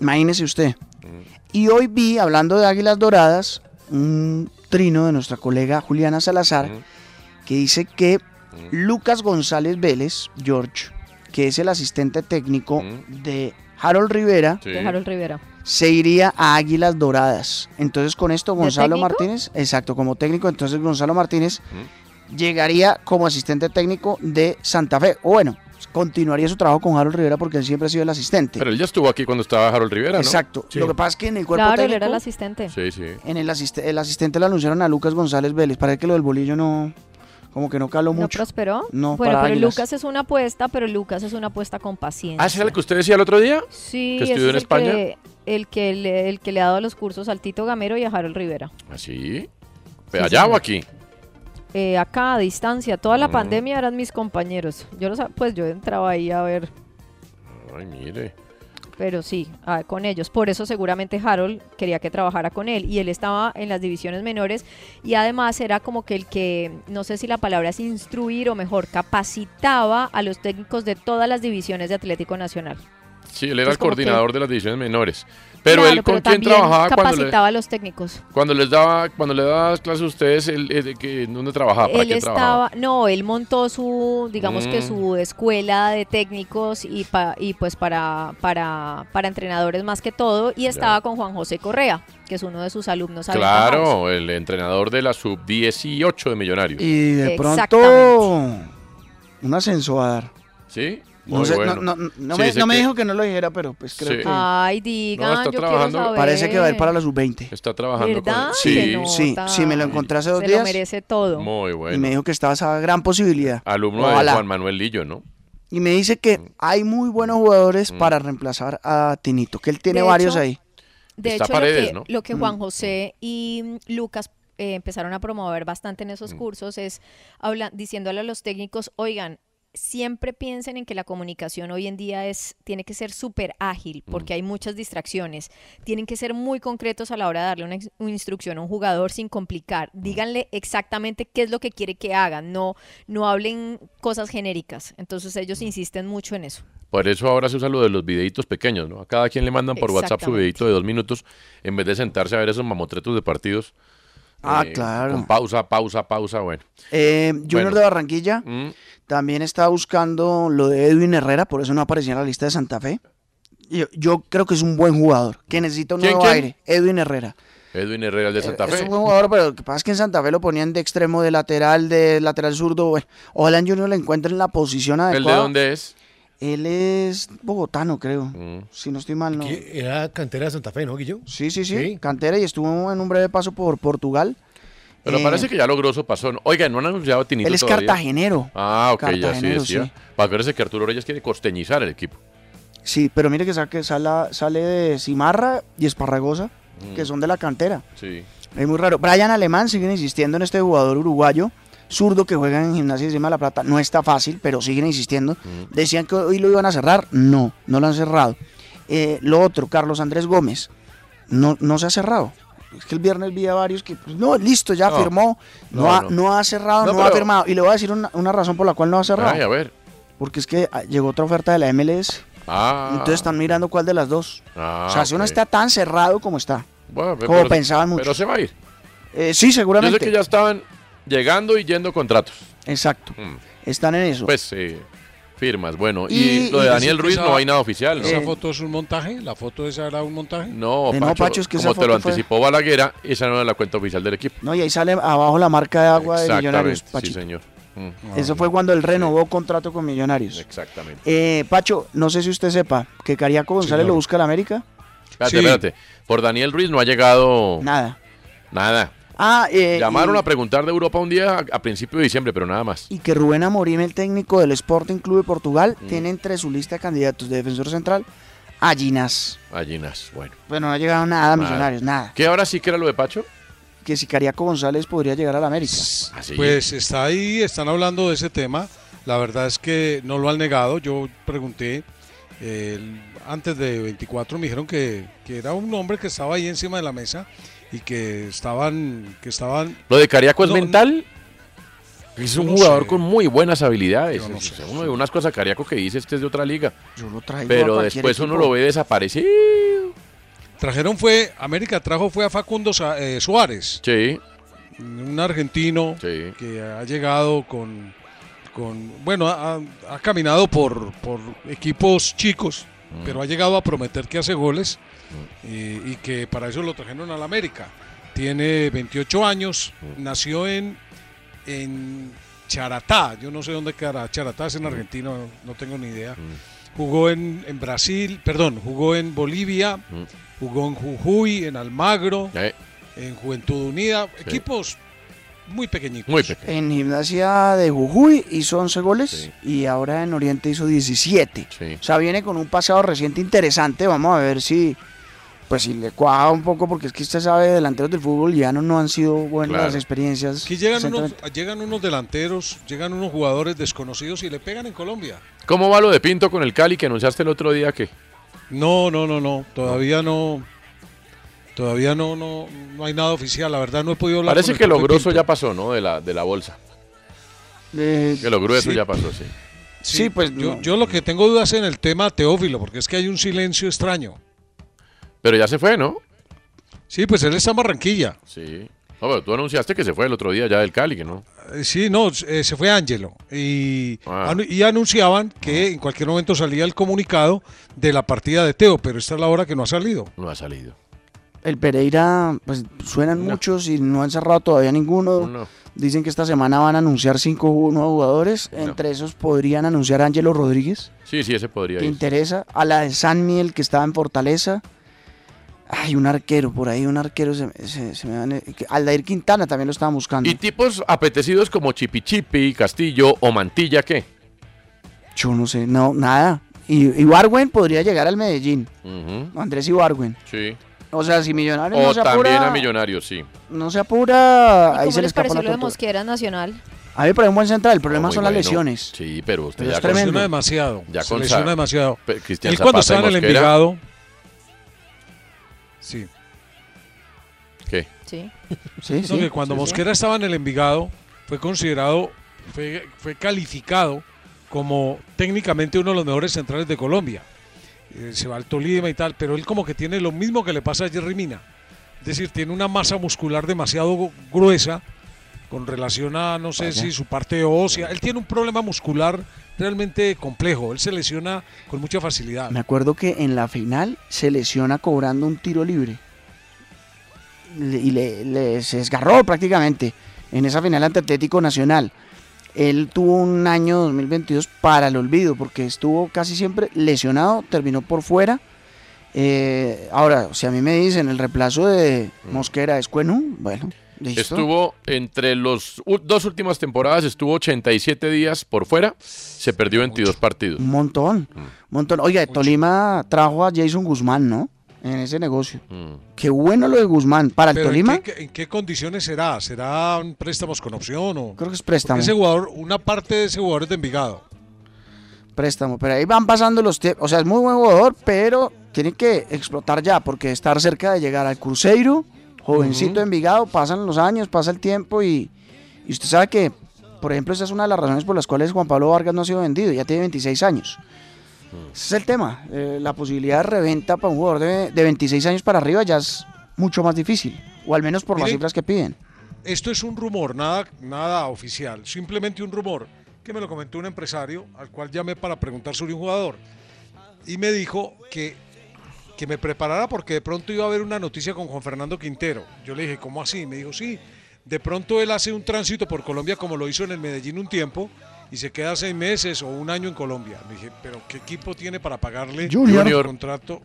[SPEAKER 8] Imagínese usted. Y hoy vi, hablando de Águilas Doradas, un trino de nuestra colega Juliana Salazar, que dice que Lucas González Vélez, George, que es el asistente técnico de Harold Rivera,
[SPEAKER 11] De Harold Rivera.
[SPEAKER 8] se iría a Águilas Doradas. Entonces con esto Gonzalo
[SPEAKER 11] técnico?
[SPEAKER 8] Martínez, exacto, como técnico, entonces Gonzalo Martínez llegaría como asistente técnico de Santa Fe. O bueno, continuaría su trabajo con Harold Rivera porque él siempre ha sido el asistente.
[SPEAKER 6] Pero él ya estuvo aquí cuando estaba Harold Rivera, ¿no?
[SPEAKER 8] Exacto. Lo que pasa es que en el cuerpo
[SPEAKER 11] Claro, él
[SPEAKER 8] técnico,
[SPEAKER 11] era el asistente.
[SPEAKER 6] Sí, sí.
[SPEAKER 8] en el, asiste- el asistente lo anunciaron a Lucas González Vélez. Parece que lo del bolillo no, como que no caló
[SPEAKER 11] ¿No
[SPEAKER 8] mucho.
[SPEAKER 11] prosperó?
[SPEAKER 8] No,
[SPEAKER 11] bueno,
[SPEAKER 8] para
[SPEAKER 11] pero
[SPEAKER 8] Águilas.
[SPEAKER 11] Lucas es una apuesta, pero Lucas es una apuesta con paciencia.
[SPEAKER 6] Ah, ¿ese ¿es el que usted decía el otro día?
[SPEAKER 11] Sí,
[SPEAKER 6] ¿Que
[SPEAKER 11] ese
[SPEAKER 6] estudió
[SPEAKER 11] es el
[SPEAKER 6] en España?
[SPEAKER 11] que- el, que le, el que le ha dado los cursos al Tito Gamero y a Harold Rivera.
[SPEAKER 6] Así.
[SPEAKER 11] Sí,
[SPEAKER 6] Ah, ¿Allá
[SPEAKER 11] señor.
[SPEAKER 6] o aquí?
[SPEAKER 11] Eh, acá a distancia, toda la
[SPEAKER 6] Mm.
[SPEAKER 11] pandemia eran mis compañeros. Yo no sab- pues yo entraba ahí a ver,
[SPEAKER 6] Ay, mire.
[SPEAKER 11] pero sí, ah, con ellos. Por eso seguramente Harold quería que trabajara con él y él estaba en las divisiones menores y además era como que el que, no sé si la palabra es instruir o mejor, capacitaba a los técnicos de todas las divisiones de Atlético Nacional.
[SPEAKER 6] Sí, él era
[SPEAKER 11] Pues
[SPEAKER 6] el
[SPEAKER 11] como
[SPEAKER 6] coordinador de las divisiones menores. Pero
[SPEAKER 11] Claro,
[SPEAKER 6] él con quién
[SPEAKER 11] también
[SPEAKER 6] trabajaba cuando le,
[SPEAKER 11] capacitaba a los técnicos.
[SPEAKER 6] cuando les daba cuando le daba clases a ustedes, él, él- que- ¿dónde trabajaba? ¿Para
[SPEAKER 11] él
[SPEAKER 6] qué
[SPEAKER 11] estaba,
[SPEAKER 6] trabajaba?
[SPEAKER 11] no, él montó su, digamos que
[SPEAKER 6] Mm.
[SPEAKER 11] su escuela de técnicos y, pa- y pues para, para, para entrenadores más que todo, y estaba con Juan José Correa, que es uno de sus alumnos. aventajados.
[SPEAKER 6] Claro, el entrenador de la sub-18 de Millonarios.
[SPEAKER 8] Y de pronto
[SPEAKER 11] Exactamente.
[SPEAKER 8] un ascenso va a dar.
[SPEAKER 6] ¿Sí,
[SPEAKER 8] No,
[SPEAKER 6] muy
[SPEAKER 8] sé, no-
[SPEAKER 6] bueno.
[SPEAKER 8] no- no- no
[SPEAKER 6] Sí,
[SPEAKER 8] me,
[SPEAKER 6] sé
[SPEAKER 8] no me
[SPEAKER 6] que-
[SPEAKER 8] dijo que no lo dijera, pero pues creo
[SPEAKER 6] Sí.
[SPEAKER 8] que...
[SPEAKER 11] Ay, digan, yo quiero saber.
[SPEAKER 8] Parece que va a ir para la sub-20.
[SPEAKER 6] Está trabajando
[SPEAKER 11] ¿Verdad?
[SPEAKER 6] con...
[SPEAKER 11] Se
[SPEAKER 6] Sí,
[SPEAKER 11] nota.
[SPEAKER 8] Sí, sí, me lo encontré hace dos
[SPEAKER 11] Se
[SPEAKER 8] días.
[SPEAKER 11] lo merece todo.
[SPEAKER 6] muy
[SPEAKER 8] Y me
[SPEAKER 6] bueno.
[SPEAKER 8] dijo que estaba esa gran posibilidad.
[SPEAKER 6] Alumno
[SPEAKER 8] Ojalá.
[SPEAKER 6] de Juan Manuel Lillo, ¿no?
[SPEAKER 8] Y me dice que hay muy buenos jugadores para reemplazar a Tinito, que él tiene
[SPEAKER 11] De
[SPEAKER 8] varios
[SPEAKER 11] hecho,
[SPEAKER 8] ahí.
[SPEAKER 11] De
[SPEAKER 6] Está
[SPEAKER 11] hecho,
[SPEAKER 6] Paredes,
[SPEAKER 11] lo, que,
[SPEAKER 6] ¿no?
[SPEAKER 11] lo que
[SPEAKER 6] Mm.
[SPEAKER 11] Juan José y mm, Lucas eh, empezaron a promover bastante en
[SPEAKER 6] Mm.
[SPEAKER 11] esos cursos es habla- diciéndole a los técnicos, oigan, siempre piensen en que la comunicación hoy en día es tiene que ser súper ágil porque
[SPEAKER 6] Mm.
[SPEAKER 11] hay muchas distracciones. Tienen que ser muy concretos a la hora de darle una, ex- una instrucción a un jugador sin complicar.
[SPEAKER 6] Mm.
[SPEAKER 11] Díganle exactamente qué es lo que
[SPEAKER 6] Mm.
[SPEAKER 11] quiere que hagan, no, no hablen cosas genéricas. Entonces ellos insisten mucho en eso.
[SPEAKER 8] Por eso ahora se usa lo de los videitos pequeños, ¿no? A cada quien le mandan por WhatsApp su
[SPEAKER 16] Exactamente.
[SPEAKER 8] videito de dos minutos en vez de sentarse a ver esos mamotretos de partidos. Eh,
[SPEAKER 6] Ah, claro.
[SPEAKER 8] Con pausa, pausa, pausa, bueno.
[SPEAKER 6] Eh, Junior
[SPEAKER 8] Bueno.
[SPEAKER 6] de Barranquilla
[SPEAKER 8] Mm.
[SPEAKER 6] también estaba buscando lo de Edwin Herrera, por eso no aparecía en la lista de Santa Fe. Yo, yo creo que es un buen jugador, que necesita un
[SPEAKER 8] ¿Quién,
[SPEAKER 6] nuevo
[SPEAKER 8] quién?
[SPEAKER 6] aire. Edwin Herrera. Eh,
[SPEAKER 8] Edwin Herrera, el de Santa
[SPEAKER 6] Es
[SPEAKER 8] Fe.
[SPEAKER 6] un buen jugador, pero lo que pasa es que en Santa Fe lo ponían de extremo, de lateral, de lateral zurdo. bueno. ojalá en Junior le encuentren la posición
[SPEAKER 8] ¿El
[SPEAKER 6] adecuada.
[SPEAKER 8] de dónde es? Mm.
[SPEAKER 6] Él es bogotano, creo. Si no estoy mal, no.
[SPEAKER 17] Era cantera de Santa Fe, ¿no, Guillo?
[SPEAKER 6] Sí, sí, sí, Cantera y estuvo en un breve paso por Portugal.
[SPEAKER 8] Pero
[SPEAKER 6] Eh,
[SPEAKER 8] parece que ya lo grosso pasó. ¿no? Oiga, no han anunciado a Tinito
[SPEAKER 6] Él es
[SPEAKER 8] todavía?
[SPEAKER 6] cartagenero.
[SPEAKER 8] Ah, ok, ya sí
[SPEAKER 6] Cartagenero,
[SPEAKER 8] decía.
[SPEAKER 6] sí.
[SPEAKER 8] Acuérdese que Arturo Reyes quiere costeñizar el equipo.
[SPEAKER 6] Sí, pero mire que saque- sala- sale de Cimarra y Esparragosa,
[SPEAKER 8] Mm.
[SPEAKER 6] que son de la cantera.
[SPEAKER 8] Sí.
[SPEAKER 6] Es muy raro. Brian Alemán siguen insistiendo en este jugador uruguayo, zurdo que juega en Gimnasia y Esgrima de la Plata. No está fácil, pero siguen insistiendo.
[SPEAKER 8] Mm.
[SPEAKER 6] Decían que hoy lo iban a cerrar. No, no lo han cerrado. Eh, lo otro, Carlos Andrés Gómez. No, no se ha cerrado. Es que el viernes vi a varios que, pues, no, listo, ya
[SPEAKER 8] No.
[SPEAKER 6] firmó. No,
[SPEAKER 8] No,
[SPEAKER 6] ha,
[SPEAKER 8] no.
[SPEAKER 6] no ha cerrado,
[SPEAKER 8] No,
[SPEAKER 6] no, ha
[SPEAKER 8] pero-
[SPEAKER 6] firmado. Y le voy a decir una, una razón por la cual no ha cerrado.
[SPEAKER 8] Ay, a ver.
[SPEAKER 6] Porque es que ah, llegó otra oferta de la MLS.
[SPEAKER 8] Ah.
[SPEAKER 6] Entonces están mirando cuál de las dos.
[SPEAKER 8] Ah,
[SPEAKER 6] o sea, si uno
[SPEAKER 8] ok.
[SPEAKER 6] está tan cerrado como está.
[SPEAKER 8] Bueno, pe-
[SPEAKER 6] como
[SPEAKER 8] pero-
[SPEAKER 6] pensaban muchos.
[SPEAKER 8] Pero se va a ir.
[SPEAKER 6] Eh, sí, seguramente.
[SPEAKER 8] Yo sé que ya estaban llegando y yendo contratos.
[SPEAKER 6] Exacto. Están en eso.
[SPEAKER 8] Mm. Pues sí, firmas. Bueno, y,
[SPEAKER 6] Y-
[SPEAKER 8] lo de
[SPEAKER 6] y Eh,
[SPEAKER 8] Daniel
[SPEAKER 6] decir que
[SPEAKER 8] Ruiz
[SPEAKER 6] esa-
[SPEAKER 8] no hay nada oficial. ¿no?
[SPEAKER 9] ¿Esa foto es un montaje? ¿La foto esa era un montaje?
[SPEAKER 8] No,
[SPEAKER 6] Eh,
[SPEAKER 8] Pacho,
[SPEAKER 6] no, Pacho, es que esa
[SPEAKER 8] como te lo
[SPEAKER 6] foto fue-
[SPEAKER 8] anticipó Balaguera, esa no era la cuenta oficial del equipo.
[SPEAKER 6] No, y ahí sale abajo la marca de agua de Millonarios,
[SPEAKER 8] Exactamente, sí,
[SPEAKER 6] Pachito.
[SPEAKER 8] señor. Mm.
[SPEAKER 6] Eso fue cuando él renovó contrato con Millonarios.
[SPEAKER 8] Exactamente.
[SPEAKER 6] Eh, Pacho, no sé si usted sepa que Cariaco González
[SPEAKER 8] Señor.
[SPEAKER 6] lo busca la América.
[SPEAKER 8] Espérate,
[SPEAKER 6] Sí.
[SPEAKER 8] espérate. Por Daniel Ruiz no ha llegado
[SPEAKER 6] Nada.
[SPEAKER 8] nada.
[SPEAKER 6] Ah, eh,
[SPEAKER 8] Llamaron
[SPEAKER 6] y,
[SPEAKER 8] a preguntar de Europa un día a, a principio de diciembre, pero nada más.
[SPEAKER 6] y que Rubén Amorim, el técnico del Sporting Club de Portugal,
[SPEAKER 8] Mm.
[SPEAKER 6] tiene entre su lista de candidatos de defensor central a Ginás.
[SPEAKER 8] Allinas, bueno.
[SPEAKER 6] Pues no ha llegado nada a
[SPEAKER 8] Nada.
[SPEAKER 6] Millonarios, nada.
[SPEAKER 8] ¿Qué ahora sí que era lo de Pacho?
[SPEAKER 6] Que si Cariaco González podría llegar a la América.
[SPEAKER 8] Ah,
[SPEAKER 9] Pues está ahí, están hablando de ese tema. La verdad es que no lo han negado. Yo pregunté eh, el- antes de 24, me dijeron que, que era un hombre que estaba ahí encima de la mesa y que estaban, que estaban.
[SPEAKER 8] Lo de Cariaco es
[SPEAKER 9] No,
[SPEAKER 8] mental. Es un
[SPEAKER 9] no
[SPEAKER 8] jugador
[SPEAKER 9] sé.
[SPEAKER 8] con muy buenas habilidades. O sea, uno de unas cosas Cariaco que dice este es de otra liga.
[SPEAKER 6] traigo a
[SPEAKER 8] Pero
[SPEAKER 6] cualquier
[SPEAKER 8] después uno
[SPEAKER 6] equipo.
[SPEAKER 8] lo ve desaparecido.
[SPEAKER 9] Trajeron fue, América trajo fue a Facundo Sa- eh, Suárez.
[SPEAKER 8] Sí.
[SPEAKER 9] Un argentino que ha llegado con, con bueno, ha, ha caminado por, por equipos chicos,
[SPEAKER 8] Mm.
[SPEAKER 9] pero ha llegado a prometer que hace goles eh, y, que para eso lo trajeron al América. Tiene 28 años, nació en, en Charatá, yo no sé dónde quedará, Charatá es en Argentina, no, no tengo ni idea. Jugó en, en Brasil, perdón, jugó en Bolivia, jugó en Jujuy, en Almagro,
[SPEAKER 8] Eh,
[SPEAKER 9] en Juventud Unida, equipos muy pequeñitos.
[SPEAKER 8] Muy pequeño.
[SPEAKER 6] Pues, En gimnasia de Jujuy hizo 11 goles y ahora en Oriente hizo 17. O sea, viene con un pasado reciente interesante. Vamos a ver si pues si le cuaja un poco, porque es que usted sabe, delanteros del fútbol ya no, no han sido buenas
[SPEAKER 9] Claro.
[SPEAKER 6] las experiencias.
[SPEAKER 9] Aquí llegan unos,
[SPEAKER 6] recientemente.
[SPEAKER 9] llegan unos delanteros, llegan unos jugadores desconocidos y le pegan en Colombia.
[SPEAKER 8] ¿Cómo va lo de Pinto con el Cali que anunciaste el otro día que?
[SPEAKER 9] No, no, no, no. Todavía no. Todavía no, no, no hay nada oficial. La verdad no he podido hablar.
[SPEAKER 8] Parece
[SPEAKER 9] con el
[SPEAKER 8] que lo
[SPEAKER 9] profe
[SPEAKER 8] grueso
[SPEAKER 9] Pinto.
[SPEAKER 8] ya pasó, ¿no? De la, de la bolsa.
[SPEAKER 6] Eh,
[SPEAKER 8] Que lo grueso
[SPEAKER 9] sí.
[SPEAKER 8] ya pasó, sí.
[SPEAKER 9] Sí, pues yo, yo lo que tengo dudas en el tema Teófilo, porque es que hay un silencio extraño.
[SPEAKER 8] Pero ya se fue, ¿no?
[SPEAKER 9] Sí, pues él está en Barranquilla.
[SPEAKER 8] Sí. No, pero tú anunciaste que se fue el otro día ya del Cali, que no.
[SPEAKER 9] Eh, Sí, no, eh, se fue Ángelo. Y,
[SPEAKER 8] Ah.
[SPEAKER 9] anu- y anunciaban que en cualquier momento salía el comunicado de la partida de Teo, pero esta es la hora que no ha salido.
[SPEAKER 8] No ha salido.
[SPEAKER 6] El Pereira, pues suenan muchos y no han cerrado todavía ninguno.
[SPEAKER 8] No.
[SPEAKER 6] Dicen que esta semana van a anunciar 5 nuevos jugadores. Entre esos podrían anunciar a Ángelo Rodríguez.
[SPEAKER 8] Sí, sí, ese podría
[SPEAKER 6] que
[SPEAKER 8] ir.
[SPEAKER 6] interesa. A la de San Miel, que estaba en Fortaleza. Hay un arquero por ahí, un arquero. Se, se- se me van- eh, que Aldair Quintana también lo estaban buscando.
[SPEAKER 8] ¿Y tipos apetecidos como Chipichipi, Castillo o Mantilla qué?
[SPEAKER 6] Yo no sé, no, nada. Y Ibarwen podría llegar al Medellín.
[SPEAKER 8] Ujú.
[SPEAKER 6] Andrés Ibarwen.
[SPEAKER 8] Sí.
[SPEAKER 6] O sea, si Millonarios
[SPEAKER 8] O
[SPEAKER 6] no se
[SPEAKER 8] también
[SPEAKER 6] apura.
[SPEAKER 8] a Millonarios, sí.
[SPEAKER 6] No se apura. Ahí
[SPEAKER 11] ¿Cómo
[SPEAKER 6] se le
[SPEAKER 11] les
[SPEAKER 6] escapa
[SPEAKER 11] pareció lo
[SPEAKER 6] la
[SPEAKER 11] de
[SPEAKER 6] tortura.
[SPEAKER 11] Mosquera Nacional?
[SPEAKER 6] A mí me parece un buen central. El problema
[SPEAKER 8] Muy
[SPEAKER 6] son
[SPEAKER 8] bueno.
[SPEAKER 6] las lesiones.
[SPEAKER 8] Sí, pero usted
[SPEAKER 6] Pero
[SPEAKER 8] ya
[SPEAKER 6] es tremendo.
[SPEAKER 9] Lesiona demasiado.
[SPEAKER 8] Ya
[SPEAKER 9] se
[SPEAKER 8] con
[SPEAKER 9] lesiona
[SPEAKER 8] Sa-
[SPEAKER 9] demasiado.
[SPEAKER 8] Pe- Cristian
[SPEAKER 9] Él
[SPEAKER 8] Zapata
[SPEAKER 9] cuando
[SPEAKER 8] y
[SPEAKER 9] estaba en el
[SPEAKER 8] Mosquera.
[SPEAKER 9] Envigado. Sí.
[SPEAKER 8] ¿Qué?
[SPEAKER 11] Sí.
[SPEAKER 6] Sí,
[SPEAKER 9] No, que cuando Mosquera estaba en el Envigado fue considerado, fue, fue calificado como técnicamente uno de los mejores centrales de Colombia. Eh, se va al Tolima y tal, pero él como que tiene lo mismo que le pasa a Jerry Mina. Es decir, tiene una masa muscular demasiado gruesa con relación a, no sé
[SPEAKER 8] Vaya.
[SPEAKER 9] si su parte ósea. Él tiene un problema muscular realmente complejo. Él se lesiona con mucha facilidad.
[SPEAKER 6] Me acuerdo que en la final se lesiona cobrando un tiro libre. Le- Y le, le- se desgarró prácticamente en esa final ante Atlético Nacional. Él tuvo un año 2022 para el olvido porque estuvo casi siempre lesionado, terminó por fuera. Eh, ahora, si a mí me dicen el reemplazo de Mosquera es Cuenu, bueno,
[SPEAKER 8] Mm.
[SPEAKER 6] listo.
[SPEAKER 8] Estuvo entre los u- dos últimas temporadas, estuvo 87 días por fuera, se perdió 22 partidos. Mm.
[SPEAKER 6] Un montón, un montón. Oiga, Tolima trajo a Jason Guzmán, ¿no? En ese negocio.
[SPEAKER 8] Mm.
[SPEAKER 6] Qué bueno lo de Guzmán. Para el
[SPEAKER 9] Pero ¿en
[SPEAKER 6] Tolima,
[SPEAKER 9] qué, en qué condiciones será? ¿Será un préstamos con opción o...?
[SPEAKER 6] creo que es
[SPEAKER 9] Porque
[SPEAKER 6] préstamo.
[SPEAKER 9] Ese jugador, una parte de ese jugador es de Envigado.
[SPEAKER 6] Préstamo. Pero ahí van pasando los tiempos. O sea, es muy buen jugador, pero tiene que explotar ya, porque estar cerca de llegar al Cruzeiro, jovencito
[SPEAKER 18] Ujú.
[SPEAKER 6] Envigado, pasan los años, pasa el tiempo y, y usted sabe que, por ejemplo, esa es una de las razones por las cuales Juan Pablo Vargas no ha sido vendido. Ya tiene 26 años. Ese es el tema. eh, la posibilidad de reventa para un jugador de, de 26 años para arriba ya es mucho más difícil. O al menos por las
[SPEAKER 9] Mire.
[SPEAKER 6] cifras que piden.
[SPEAKER 9] Esto es un rumor, nada, nada oficial, simplemente un rumor que me lo comentó un empresario al cual llamé para preguntar sobre un jugador y me dijo que, que me preparara porque de pronto iba a haber una noticia con Juan Fernando Quintero. Yo le dije, ¿cómo así? Me dijo, sí, de pronto él hace un tránsito por Colombia como lo hizo en el Medellín un tiempo y se queda seis meses o un año en Colombia. Le dije, pero ¿qué equipo tiene para pagarle
[SPEAKER 6] Junior.
[SPEAKER 9] un
[SPEAKER 6] Junior.
[SPEAKER 9] contrato?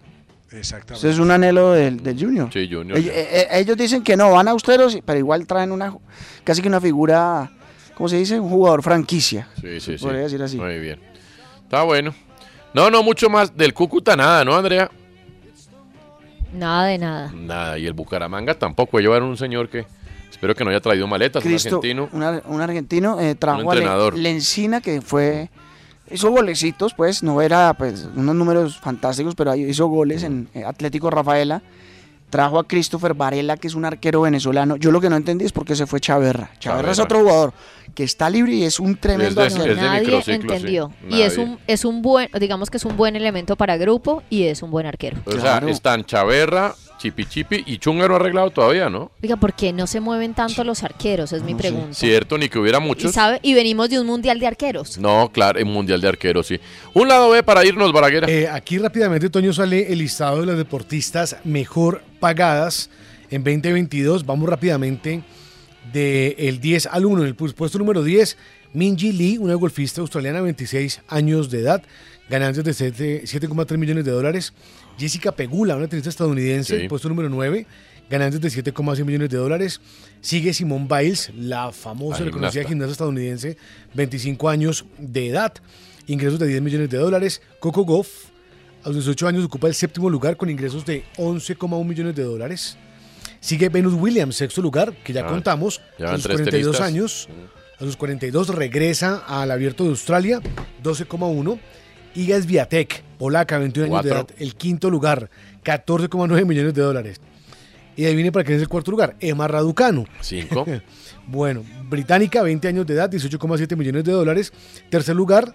[SPEAKER 9] Exactamente.
[SPEAKER 6] Ese es un anhelo del, del Junior.
[SPEAKER 8] Sí, Junior.
[SPEAKER 6] Ell- eh, eh, ellos dicen que no, van austeros, pero igual traen una casi que una figura, ¿cómo se dice? Un jugador franquicia.
[SPEAKER 8] Sí, sí, sí.
[SPEAKER 6] Podría decir así.
[SPEAKER 8] Muy bien. Está bueno. No, no, mucho más. Del Cúcuta nada, ¿no, Andrea?
[SPEAKER 11] Nada de nada.
[SPEAKER 8] Nada. Y el Bucaramanga tampoco. Llevaron un señor que espero que no haya traído maletas,
[SPEAKER 6] Cristo,
[SPEAKER 8] un argentino.
[SPEAKER 6] Un, ar- un argentino eh, trajo a Le-
[SPEAKER 8] entrenador.
[SPEAKER 6] Lencina, que fue. Hizo golecitos, pues, no era pues, unos números fantásticos, pero ahí hizo goles en eh, Atlético Rafaela. Trajo a Christopher Varela, que es un arquero venezolano. Yo lo que no entendí es por qué se fue Chaverra. Chaverra, es
[SPEAKER 8] Chaverra.
[SPEAKER 6] otro jugador que está libre y es un tremendo
[SPEAKER 8] Es de-
[SPEAKER 6] arquero.
[SPEAKER 8] es de Nadie microciclo, sí.
[SPEAKER 11] Entendió. Y
[SPEAKER 8] Nadie.
[SPEAKER 11] es un, es un buen, digamos que es un buen elemento para grupo y es un buen arquero.
[SPEAKER 8] O sea, están Chaverra, Chipi Chipi y Chunga no ha arreglado todavía, ¿no?
[SPEAKER 11] Oiga, ¿por qué no se mueven tanto los arqueros? Es mi pregunta.
[SPEAKER 8] Cierto, ni que hubiera
[SPEAKER 11] ¿Y,
[SPEAKER 8] muchos.
[SPEAKER 11] sabe? y venimos de un mundial de arqueros.
[SPEAKER 8] No, claro, en Mundial de Arqueros, sí. Un lado B para irnos, Balaguer.
[SPEAKER 19] Eh, aquí rápidamente, Toño, sale el listado de las deportistas mejor pagadas en 2022. Vamos rápidamente del 10 al 1. En el pu- puesto número 10, Minji Lee, una golfista australiana, 26 años de edad, ganancias de 7 7,3 millones de dólares. Jessica Pegula, una tenista estadounidense,
[SPEAKER 8] Sí.
[SPEAKER 19] puesto número 9, ganancias de 7,6 millones de dólares. Sigue Simone Biles, la famosa,
[SPEAKER 8] La
[SPEAKER 19] reconocida
[SPEAKER 8] gimnasta.
[SPEAKER 19] gimnasta estadounidense, 25 años de edad, ingresos de 10 millones de dólares. Coco Goff, a los 18 años, ocupa el séptimo lugar con ingresos de 11,1 millones de dólares. Sigue Venus Williams, sexto lugar, que ya
[SPEAKER 8] Ah,
[SPEAKER 19] contamos,
[SPEAKER 8] ya
[SPEAKER 19] a
[SPEAKER 8] van
[SPEAKER 19] sus
[SPEAKER 8] tres
[SPEAKER 19] 42
[SPEAKER 8] tenistas.
[SPEAKER 19] años. A sus 42 regresa al Abierto de Australia, 12,1. Iga Swiatek, polaca, 21 años de edad,
[SPEAKER 8] Cuatro.
[SPEAKER 19] el quinto lugar, 14,9 millones de dólares. Y ahí viene para quién es el cuarto lugar, Emma Raducanu,
[SPEAKER 8] Cinco.
[SPEAKER 19] bueno, británica, 20 años de edad, 18,7 millones de dólares. Tercer lugar,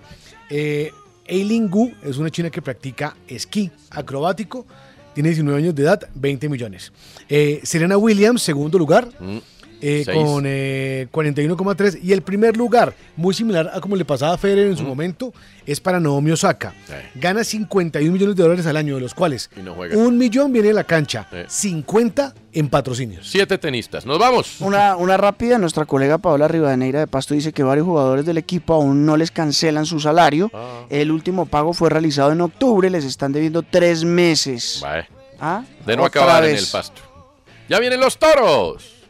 [SPEAKER 19] eh, Eileen Gu es una china que practica esquí acrobático, tiene 19 años de edad, 20 millones. Eh, Serena Williams, segundo lugar,
[SPEAKER 8] Mm,
[SPEAKER 19] eh,
[SPEAKER 8] seis.
[SPEAKER 19] con eh, 41,3. Y el primer lugar, muy similar a como le pasaba a Federer en su momento, es para Naomi Osaka.
[SPEAKER 8] Sí.
[SPEAKER 19] Gana 51 millones de dólares al año, de los cuales
[SPEAKER 8] Y no juega.
[SPEAKER 19] un millón viene de la cancha,
[SPEAKER 8] Sí.
[SPEAKER 19] 50 en patrocinios.
[SPEAKER 8] Siete tenistas. Nos vamos.
[SPEAKER 6] Una, una rápida, nuestra colega Paola Rivadeneira de Pasto dice que varios jugadores del equipo aún no les cancelan su salario. El último pago fue realizado en octubre, les están debiendo tres meses.
[SPEAKER 8] Vale.
[SPEAKER 6] ¿Ah?
[SPEAKER 8] De no
[SPEAKER 6] Otra
[SPEAKER 8] acabar en
[SPEAKER 6] vez.
[SPEAKER 8] el pasto. Ya vienen los toros.